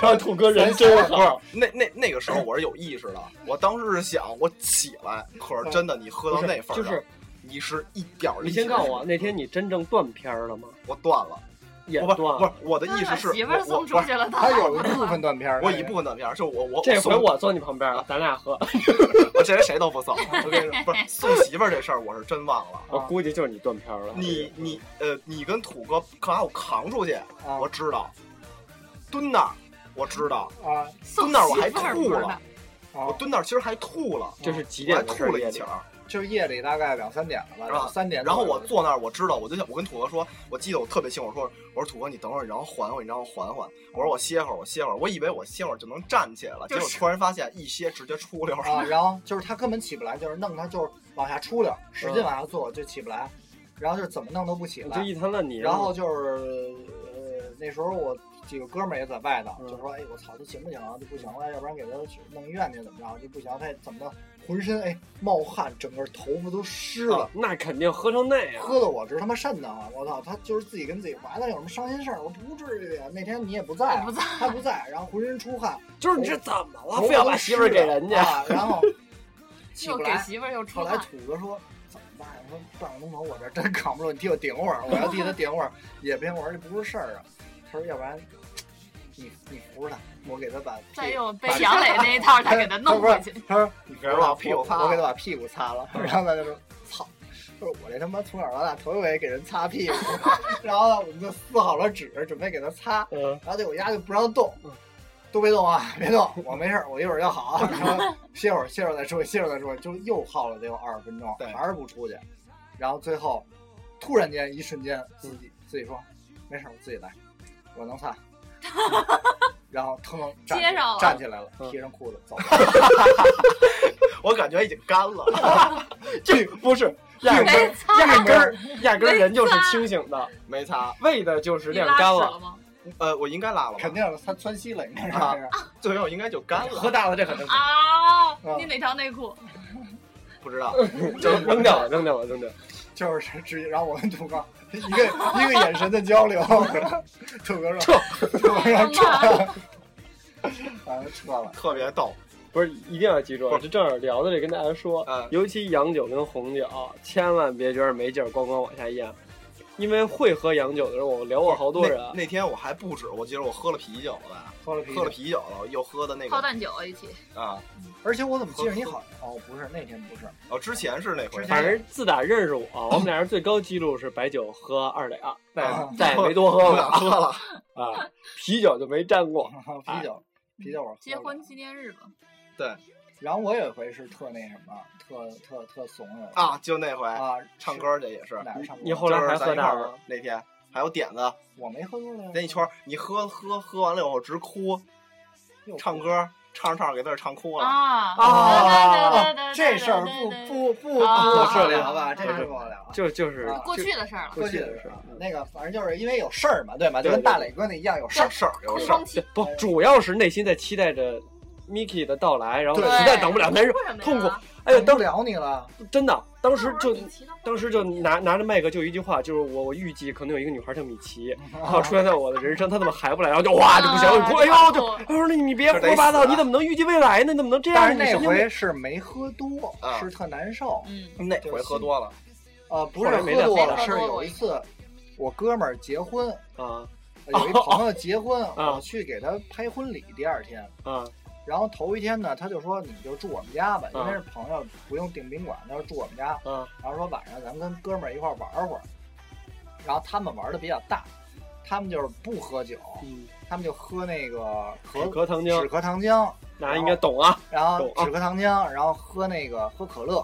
S3: 然后土哥人真好。
S5: 那那那个时候我是有意识的，我当时是想我起来，可是真的你喝到那份儿上，
S3: 不是就是
S5: 你是一点儿力
S3: 你
S5: 气都
S3: 先
S5: 没有。
S3: 告诉我，那天你真正断片儿了吗？
S5: 我断了，
S3: 也
S5: 我
S3: 断
S5: 不不是我的意识是，
S3: 他把媳妇儿
S5: 我
S3: 送
S5: 我
S3: 出去 了
S5: 不是
S3: 他有一部分
S7: 断片
S5: 我一部分断片儿，是我我
S3: 这回
S5: 送
S3: 我坐你旁边了，咱俩喝。
S5: 我这回谁都不送，我跟你说，不是送媳妇儿这事儿，我是真忘了。
S3: 我估计就是你断片儿了。
S5: 你你呃，你跟土哥把我扛出去，
S3: 啊
S5: 我知道，蹲那儿我知道，
S7: 啊，
S5: 蹲那儿我还
S7: 送媳妇儿
S5: 吐
S7: 不知
S5: 了
S7: 道，
S5: 我蹲那儿其实还吐了，
S3: 啊这是几
S5: 我还
S3: 点的事
S5: 吐
S3: 儿
S5: 了
S3: 夜
S5: 一
S3: 里
S5: 气儿。
S7: 就是夜里大概两三点了吧，
S5: 然后
S7: 两三点
S5: 然
S7: 左
S5: 后
S7: 右。
S5: 我坐那儿，我知道，我就想，我跟土哥说，我记得我特别清楚，我说，我说土哥，你等会儿，你让我缓缓，你让我缓缓，我说我歇会儿，我歇会儿，我以为我歇会儿就能站起来了，结
S7: 就
S5: 果
S7: 是
S5: 突然发现一歇直接出溜
S7: 啊，
S5: 了。
S7: 然后就是他根本起不来，就是弄他就是往下出溜，使劲往下坐就起不来，然后就是怎么弄都不起
S3: 你
S7: 来。
S3: 这一滩烂泥。
S7: 然后就是呃，那时候我几个哥们儿也在外头，
S3: 嗯
S7: 就说：“哎，我操，这行不行啊？这不行了，要不然给他去弄医院去怎么着？这不行，他也怎么着？浑身哎冒汗，整个头发都湿了。
S3: 啊那肯定喝成那样。
S7: 喝的我直他妈瘆得慌，我操！他就是自己跟自己怀了有什么伤心事儿，我不至于啊。那天你也不在啊，
S3: 我不在
S7: 他不在，然后浑身出汗，
S3: 就是你这怎么了
S7: 头发
S3: 非要把
S7: 都
S3: 媳妇儿
S7: 湿
S3: 给
S7: 了
S3: 人家
S7: 啊然后起
S4: 又
S7: 不
S4: 给
S7: 来，
S4: 媳妇儿又出
S7: 后来
S4: 汗，
S7: 土哥说怎么办？我说半个钟头我这真扛不住，你替我顶会儿，我要替他顶会儿也不行，我说这不是事儿啊。他说要不然你你扶着他，我给他把屁
S4: 再用被
S7: 把
S4: 杨磊那一套再给他弄回 去。
S7: 他说你
S5: 给我把屁股擦了嗯
S7: 我给他把屁股擦了。 然后他就说操，不是我这他妈从小到大头一回给人擦屁股。 然后呢，我们就撕好了纸，准备给他擦。然后这我丫就不让动，都别动啊，别动，我没事儿，我一会儿就好啊。然后歇会儿，歇会儿再出去，歇会儿再出去，就又耗了得有二十分钟，还是不出去。然后最后突然间一瞬间，自己自己说没事儿，我自己来，我能 擦。然后腾站起
S4: 接上了
S7: 站起来了，贴上裤子走了。
S5: 我感觉已经干 了，
S3: 这不是压根儿压根儿压根儿人就是清醒的，
S5: 没擦，
S3: 为的就是晾干
S4: 吗？
S5: 呃，我应该拉了吧，肯
S7: 定了，他窜稀了，应该
S5: 啊，最后应该就干了。
S3: 喝大了这可能
S4: 啊
S7: 啊！
S4: 你哪条内裤？
S5: 不知道，
S3: 就扔掉了，扔掉了，扔掉了。
S7: 就是直接，然后我跟土哥一 个一个眼神的交流，土哥说，土哥 说撤，啊撤了，
S5: 特别逗。
S3: 不是，一定要记住，这正好聊到这，跟大家说，尤其洋酒跟红酒，千万别觉得没劲儿，咣咣往下咽，因为会喝洋酒的人，我聊过好多人啊
S5: 那，那天我还不止，我记得我喝了啤酒了吧，
S7: 喝了啤酒
S5: 喝了啤酒了，又喝的那
S4: 泡
S5: 个
S4: 蛋酒一起。
S5: 啊，
S7: 而且我怎么记着你好？哦，不是那天不是，
S5: 哦，之前是那回，
S3: 反正自打认识我，我们俩人最高记录是白酒喝二两，再
S7: 啊
S3: 再也没多喝
S7: 不
S3: 过，
S7: 敢喝了
S3: 啊，啤酒就没沾过，
S7: 啤酒啤酒我喝
S4: 结
S7: 了。
S4: 婚纪念日吧，
S5: 对，
S7: 然后我有一回是特那什么，特特特怂了
S5: 啊，就那回
S7: 啊，
S5: 唱歌去也是
S7: 哪儿唱歌。
S3: 你后来还喝大了
S5: 了？那天还有点子，
S7: 我没喝多了呀。
S5: 那一圈儿你喝喝喝完了以后直哭，唱歌唱着唱着给自己唱哭了
S4: 啊
S3: 哦
S7: 啊这事儿不不不不
S5: 不
S7: 不
S5: 涉猎
S7: 聊 吧，这事儿不聊。
S3: 就哦就是
S7: 啊
S4: 过去的事儿了。
S7: 过去
S3: 过去的
S7: 的
S3: 事
S7: 事
S3: 儿
S7: 儿，那个反正就是因为有事儿嘛，对吧？就
S3: 对
S7: 跟
S3: 对
S7: 大
S3: 对
S7: 磊哥那一样，有事儿
S5: 事儿有
S4: 事儿空窗期
S3: 不，主要是内心在期待着 Miki 的到来，然后实
S7: 对
S3: 在等不了，难受
S7: 为什么呀
S3: 痛苦。哎呀，当
S7: 聊你了，
S3: 真的，当时就当时就拿拿着麦克就一句话，就是我我预计可能有一个女孩叫米奇，然后出现在我的人生，她怎么还不来？然后就哇就不行，
S7: 啊
S3: 我就哭，哎呦
S7: 就
S3: 就，哎呦那你别胡说八道，你怎么能预计未来呢？你怎么能这样？
S7: 但是
S3: 啊你
S7: 那
S3: 神经病
S7: 回是没喝多，是特难受。
S5: 嗯，啊那回喝多了。
S7: 呃，不
S5: 后
S7: 是
S5: 来没
S7: 喝
S5: 再
S7: 多
S5: 喝
S7: 了，
S5: 了
S7: 是有一次我哥们儿结婚，
S3: 啊，
S7: 有一朋友结婚，
S5: 哦
S3: 啊
S7: 我去给他拍婚礼，第二天。
S3: 啊
S7: 然后头一天呢，他就说你就住我们家吧，
S3: 啊
S7: 因为是朋友，不用订宾馆，他说住我们家。
S3: 嗯，
S7: 然后说晚上咱们跟哥们儿一块儿玩会儿，然后他们玩的比较大，他们就是不喝酒，
S3: 嗯
S7: 他们就喝那个可
S3: 止咳糖浆
S7: 止咳糖浆，
S3: 那应该懂啊。
S7: 然后
S3: 懂啊
S7: 止咳糖浆，然后喝那个喝可乐，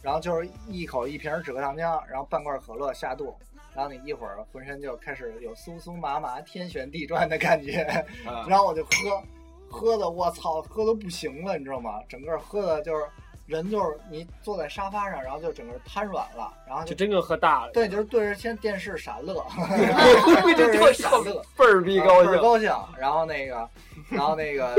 S7: 然后就是一口一瓶止咳糖浆，然后半罐可乐下肚，然后你一会儿浑身就开始有酥酥麻麻、天旋地转的感觉，
S5: 啊
S7: 然后我就喝，喝的我操，喝的不行了，你知道吗？整个喝的就是人就是你坐在沙发上，然后就整个瘫软了，然后
S3: 就真跟喝 大了。
S7: 对，就是对着先电视傻乐，
S3: 对
S7: 着傻乐，
S3: 倍儿逼高兴
S7: 倍儿呃高兴。然后那个，然后那个，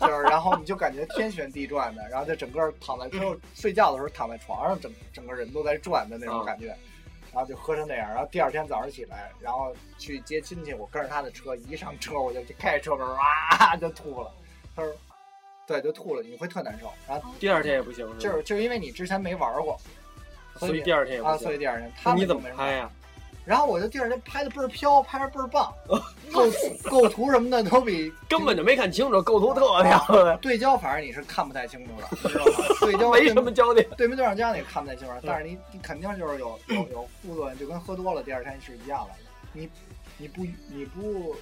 S7: 就是然后你就感觉天旋地转的，然后就整个躺在之后睡觉的时候躺在床上，整整个人都在转的那
S3: 嗯
S7: 种感觉。然后就喝成那样，然后第二天早上起来，然后去接亲戚，我跟着他的车，一上车我就开着车门哇就吐了。他说，对，就吐了，你会特难受。然后
S3: 第二天也不行是吧
S7: 就是就是因为你之前没玩过，
S3: 所
S7: 以
S3: 以第二天也不
S7: 啊，
S3: 行。
S7: 所以第二天他
S3: 那
S7: 们就
S3: 你怎么
S7: 没玩
S3: 拍呀？
S7: 然后我就第二天拍的倍儿飘，拍的倍儿棒， 构构图什么的都比
S3: 哦
S7: 啊
S3: 根本就没看清楚，构图特 漂亮。
S7: 对焦，反正你是看不太清 楚的，你知道吗？对焦
S3: 没什么嗯焦点，
S7: 对面对上焦点看不太清楚，但是你你肯定就是有有 有副作用，就跟喝多了第二天是一样的。你你不你不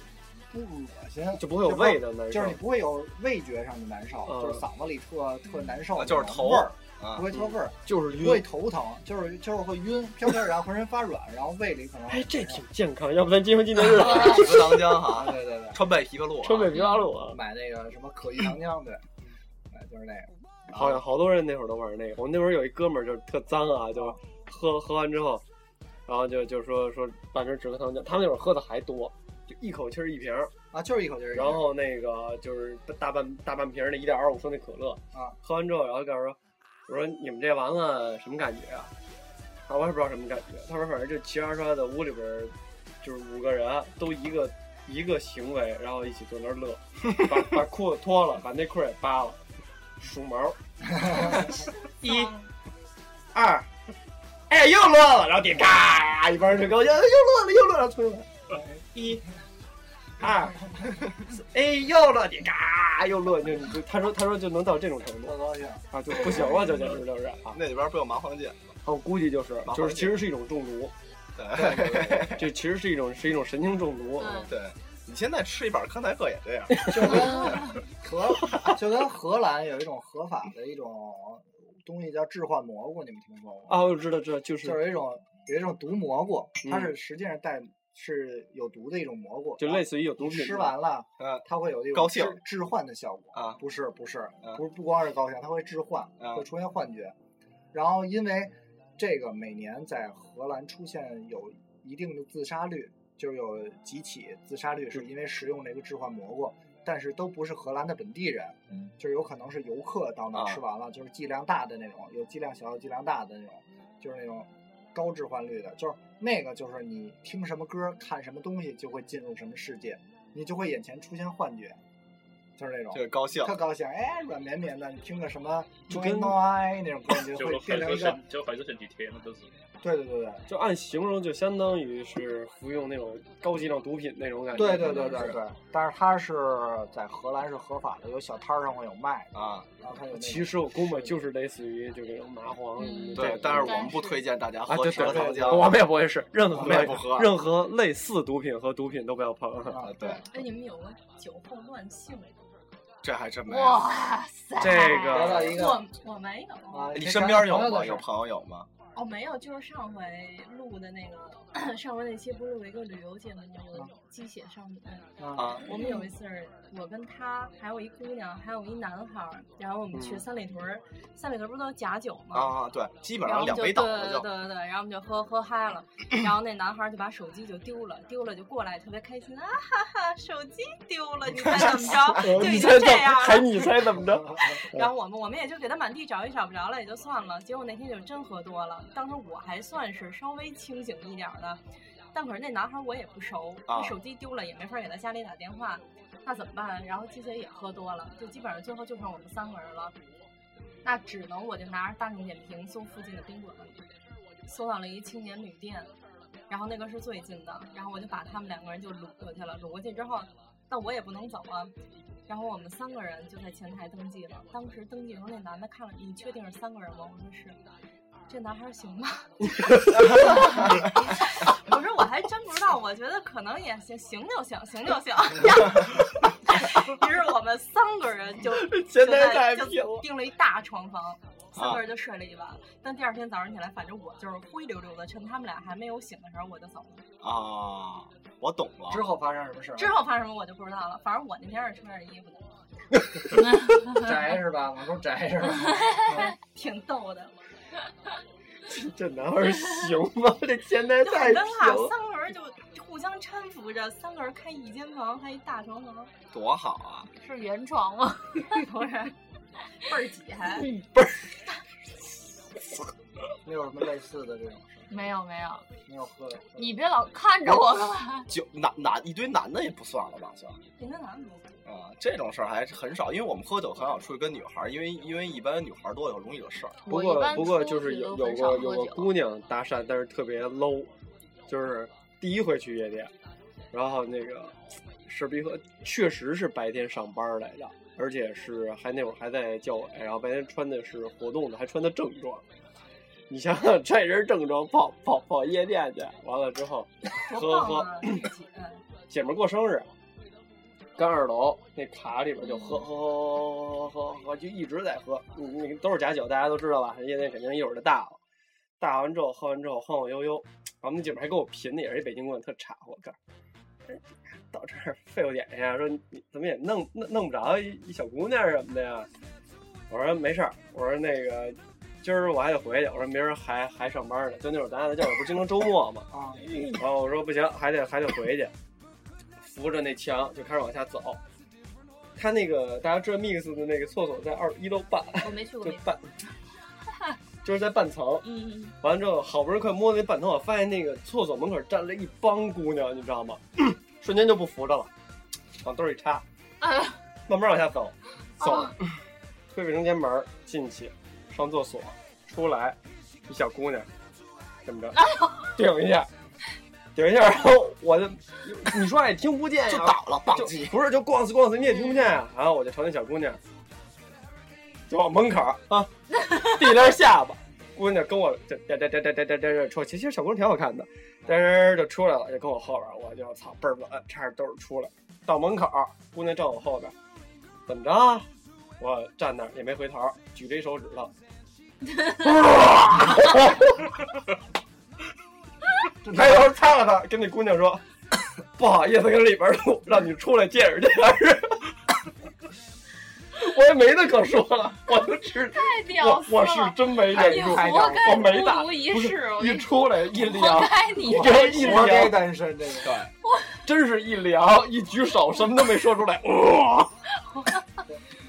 S7: 不恶心，
S3: 就不会有
S7: 是
S3: 味的难受
S7: 就是你不会有味觉上的难受，
S3: 嗯
S7: 就是嗓子里特特难受
S5: 啊
S7: 那
S5: 就
S7: 种味儿，
S5: 是头儿啊
S7: 不会特味儿，
S3: 就是
S7: 不会头疼，就是就是会晕，飘飘然后浑身发软，然后胃里可能
S3: 哎，这挺健康，要不咱今后纪 念日
S7: 吃糖浆哈 对对对，
S5: 川贝枇杷露啊，
S3: 川贝枇杷露啊
S7: 买那个什么可玉糖浆，对，买就是那个。
S3: 好像好多人那会儿都玩那个。我们那会儿有一哥们儿就是特脏啊，就喝喝完之后，然后就就说说半瓶止咳糖浆，他们那会儿喝的还多，就一口气儿一瓶儿
S7: 啊，就是一口气儿一瓶
S3: 然后那个就是大半大半瓶儿那一点二五升那可乐
S7: 啊，
S3: 喝完之后，然后告诉我说，我说你们这玩意儿什么感觉啊？啊，我也不知道什么感觉。他说反正就齐刷刷的屋里边儿，就是五个人啊都一个一个行为，然后一起坐那儿乐，把 把裤子脱了，把内裤也扒了，数毛，一、二，哎又乐了，然后点嘎，一帮人就高兴，哎又乐了又乐了，重新来，一。二，哎，又乐你嘎，又乐就你就他说他说就能到这种程度， 啊，就不行了，就简直就是啊，
S5: 那里边不有麻黄碱吗？
S3: 我估计就是
S5: 麻烦
S3: 就是其实是一种中毒，对，这其实是一种是一种神经中毒，
S5: 对，你现在吃一板康泰克也这样，
S7: 荷就跟荷兰有一种合法的一种东西叫置换蘑菇，你们听说过吗？
S3: 啊，我知道知道，就是
S7: 就是有一种有一种毒蘑菇，它
S3: 嗯
S7: 是实际上带是有毒的一种蘑菇，
S3: 就类似于有毒
S7: 你
S3: 品
S7: 吃
S3: 的
S7: 完了，它会有这种
S3: 高兴嗯
S7: 置置换的效果
S5: 啊？
S7: 不是不是，不是不光是高兴，它会置换，
S5: 啊
S7: 会出现幻觉。然后因为这个每年在荷兰出现有一定的自杀率，就是有几起自杀率
S3: 嗯
S7: 是因为食用这个置换蘑菇，但是都不是荷兰的本地人，
S3: 嗯
S7: 就是有可能是游客到那儿
S5: 啊
S7: 吃完了，就是剂量大的那种，有剂量小有剂量大的那种，就是那种高置换率的，就是那个就是你听什么歌看什么东西就会进入什么世界，你就会眼前出现幻觉。就是那种，
S5: 这个高兴
S7: 特高兴，哎，软绵绵的，你听个什么
S3: 就跟
S7: Noy Noy 那种歌，你就
S9: 就
S7: 会
S9: 和
S7: 变成
S9: 和
S7: 一个
S9: 身，就和身体贴那都是。
S7: 对对对对，
S3: 就按形容就相当于是服用那种高剂量毒品那种感觉，
S7: 对对对对对，但是它是在荷兰是合法的，有小摊儿上会有卖
S5: 啊，
S7: 然后它有那
S3: 其实我估摸就是类似于就这种麻黄
S4: 嗯
S3: 什么的这种，
S5: 对，但是我们不推荐大家
S3: 啊，
S5: 喝
S3: 对
S5: 止咳
S3: 对
S5: 糖
S3: 对，
S5: 浆，
S3: 我们也不会是任
S5: 我
S3: 何
S5: 们也不喝，
S3: 任何类似毒品和毒品都不要碰。
S7: 啊，
S5: 对，
S4: 哎，你们有过酒后乱性吗？
S5: 这还真没有。
S4: 哇塞！
S3: 这个
S5: 聊到一个
S4: 我我没有
S7: 啊
S5: 你身边有吗？有朋友有吗？
S4: 哦，没有，就是上回录的那个，上回那期不是录了一个旅游节目叫做《鸡血少女》
S5: 啊
S4: 我们有一次，我跟他还有一姑娘，还有一男孩儿，然后我们去
S5: 嗯
S4: 三里屯儿，三里屯儿不都有假酒吗？
S5: 啊，对，基本
S4: 然
S5: 上
S4: 后
S5: 两
S4: 就
S5: 杯
S4: 对
S5: 倒了
S4: 对
S5: 就。
S4: 对对，然后我们就喝喝嗨了，然后那男孩儿就把手机就丢了，丢了就过来特别开心啊哈哈，手机丢了，你猜怎么着？ 就已
S3: 你
S4: 经
S3: 猜
S4: 这
S3: 怎么
S4: 样啊
S3: 还
S4: 了。
S3: 你猜怎么着？
S4: 然后我们我们也就给他满地找也找不着了，也就算了。结果那天就真喝多了，当时我还算是稍微清醒一点儿的，但可是那男孩儿我也不熟，
S10: 啊
S4: 他手机丢了也没法给他家里打电话，那怎么办？然后鸡姐也喝多了，就基本上最后就剩我们三个人了。那只能我就拿着大众点评搜附近的宾馆，搜到了一青年旅店，然后那个是最近的，然后我就把他们两个人就掳过去了。掳过去之后，但我也不能走啊，然后我们三个人就在前台登记了。当时登记的时候，那男的看了，你确定是三个人吗？我说是。
S2: 这男孩行吗？ 我说我还真不知道，我觉得可能也行，行就行，行就行。 于是我们三个人 就
S3: 现
S2: 就
S3: 在太
S2: 在就
S3: 平了啊
S2: 订了一大床房，三个人就睡了一晚。但第二天早上起来，反正我就是灰溜溜的，趁他们俩还没有醒的时候我就走了。
S5: 啊，我懂了。
S3: 之后发生什么事儿？
S2: 之后发生什么我就不知道了。反正我那天是穿着衣服的，
S3: 宅是吧？往出宅 是吧？
S2: 挺逗的。
S3: 这男孩行吗？ 这前台
S2: 就
S3: 太
S2: 很尴
S4: 啊
S3: 平
S2: 尬，
S3: 了，
S2: 三个人就互相搀扶着，三个人开一间房，还一大床房，
S5: 多好啊！
S4: 是圆床吗？
S2: 不是，倍儿挤还。
S7: 你有什么类似的这种事？
S4: 没有没有，
S7: 没有喝的？
S4: 你别老看着我干嘛？
S5: 就男男一堆男的也不算了吧，算
S2: 人家男的
S5: 啊，这种事儿还是很少，因为我们喝酒很少出去跟女孩儿，因为因为一般女孩儿多有容易惹事儿。
S3: 不
S4: 我一
S3: 过
S4: 般
S3: 不过
S4: 出
S3: 就是
S4: 去
S3: 有
S4: 都
S3: 有
S4: 很少喝
S3: 过有个
S4: 酒
S3: 姑娘搭讪，但是特别 low，就是第一回去夜店，然后那个是逼喝，确实是白天上班来着，而且是还那会儿还在教委，然后白天穿的是活动的，还穿的正装。你想想， 这人正装跑跑跑夜店去，完了之后喝
S2: 多棒
S3: 喝
S2: 啊！，这挤嗯
S3: 姐们儿过生日，干二楼那卡里边就喝喝喝喝喝喝喝，就一直在喝，嗯那个都是假酒，大家都知道吧？夜店肯定一会儿就大了，大完之后喝完之后晃晃悠悠，我们那姐们儿还给我贫的，也是一北京姑娘，特傻，我告诉你哎到这儿费我点心啊，说你怎么也弄弄弄不着一一小姑娘什么的呀？我说没事儿，我说那个今儿我还得回去，我说明儿还还上班呢，就那会儿咱俩在教委不是经常周末嘛，
S7: 啊，
S3: 然后我说不行，还得还得回去，扶着那墙就开始往下走。他那个大家知道 Mix 的那个厕所在二一楼半，
S4: 我没去过
S3: 就
S4: 那个。
S3: 半， 就是在半层。
S4: 嗯，
S3: 完了之后，好不容易快摸那半层，我发现那个厕所门口站了一帮姑娘，你知道吗？ 瞬间就不扶着了，往兜里插，
S4: 嗯
S3: 慢慢往下走，走
S4: 啊，
S3: 推卫生间门儿进去，上厕所，出来，一小姑娘，这么着，
S4: 哎
S3: 顶一下，顶一下，然后我就，你说也听不见啊呀，
S5: 就倒了棒
S3: 就
S5: 击
S3: 不是就逛死逛死你也听不见呀，然后我就朝那小姑娘，就往门口儿啊，递了下巴。姑娘跟我这这这这这这这这这出，其实小姑娘挺好看的，噔就出来了，就跟我后边儿，我就操倍儿稳，插着兜儿出来，到门口儿，姑娘站我后边儿，怎么着啊？我站那儿也没回头，举着一手指头，抬头擦了擦，跟那姑娘说：“不好意思，跟里边儿录，让你出来见识见识。” 我也没得可说了，我就只
S4: 太屌
S3: 我
S4: 丝了！
S3: 我是真没忍住，
S4: 你活该
S3: 我没打，
S4: 孤独一
S3: 不
S4: 世
S3: 是
S4: 我跟
S3: 一
S4: 你
S3: 出来一
S4: 活
S3: 凉，
S4: 该你
S3: 我这一
S7: 活该
S3: 凉，
S7: 单身这个。
S3: 真是一凉，一举手什么都没说出来，哇！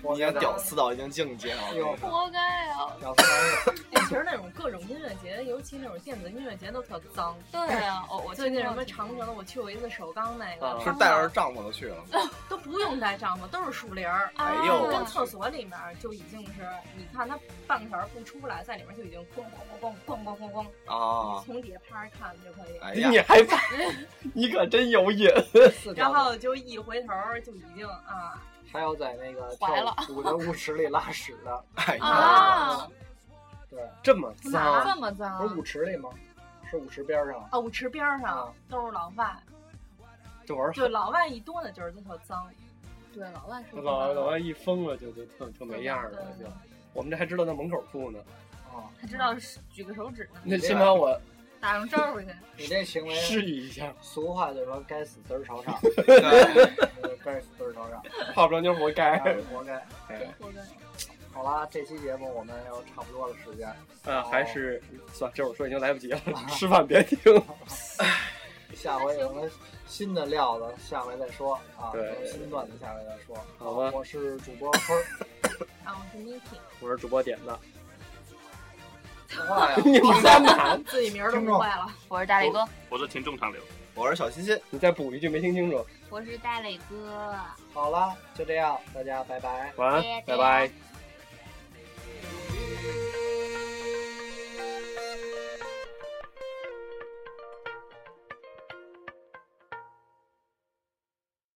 S5: 你已经屌丝到一定境界了，
S7: 哟，
S4: 活该啊！
S7: 屌丝男人
S2: 哎其实那种各种音乐节，尤其那种电子音乐节都特脏。
S4: 对啊，我我
S2: 最
S4: 听
S2: 近
S4: 过
S2: 什么长城，我去过一次首钢那个，
S3: 啊
S5: 是带着丈夫就去了吗？
S2: 都不用带帐篷，都是树林儿。
S4: 啊
S5: 哎呦
S2: 跟厕所里面就已经是，你看他半个小时不出来，在里面就已经咣咣咣咣咣咣咣
S5: 啊，
S2: 从底下趴着看就可以。
S5: 哎呀
S3: 你，还怕？你可真有瘾！
S7: 四条
S2: 然
S7: 腿
S2: 后哦就一回头就已经啊，
S7: 还有在那个
S4: 怀了
S7: 跳舞的舞池里拉屎的，
S5: 哎呀，
S4: 啊，
S7: 对，
S3: 这么脏，
S4: 这
S7: 不
S4: 么
S7: 是
S4: 脏
S7: 舞，池里吗？是舞池边上。
S2: 啊舞池边上
S7: 啊
S2: 都是老外，
S3: 这玩意
S2: 就
S3: 儿
S2: 老外一多呢就是都特脏。
S4: 对，老外是
S3: 好老老外一疯了就就特特没样儿了，
S2: 对
S3: 就我们这还知道在门口吐呢。
S7: 啊，
S4: 他知道是举个手指呢，
S3: 那幸好我
S4: 打声招呼去。
S7: 你这行为，
S3: 示意一下，
S7: 俗话就说该死滋儿朝上，呃该死滋儿朝上，
S3: 泡不着妞活该
S7: 哎。活该。
S4: 活该。
S7: 好啦，这期节目我们要差不多了，时间
S3: 啊，还是算这会儿说已经来不及了， 吃饭别听。
S7: 下回有什么新的料子，下回再说啊。
S3: 对
S7: 有新段子下回再说。
S3: 好吧
S7: 我是主播坤儿，
S2: 然后是 Niki，
S3: 我是主播点的，
S7: 说话呀，
S3: 你们干嘛？
S2: 自己名儿都不会了。
S4: 我是大磊哥，
S8: 我是听众长流。
S5: 我是小欣欣，
S3: 你再补一句没听清楚。
S4: 我是大磊哥，
S7: 好啦，就这样，大家拜拜。
S3: 晚安，拜拜。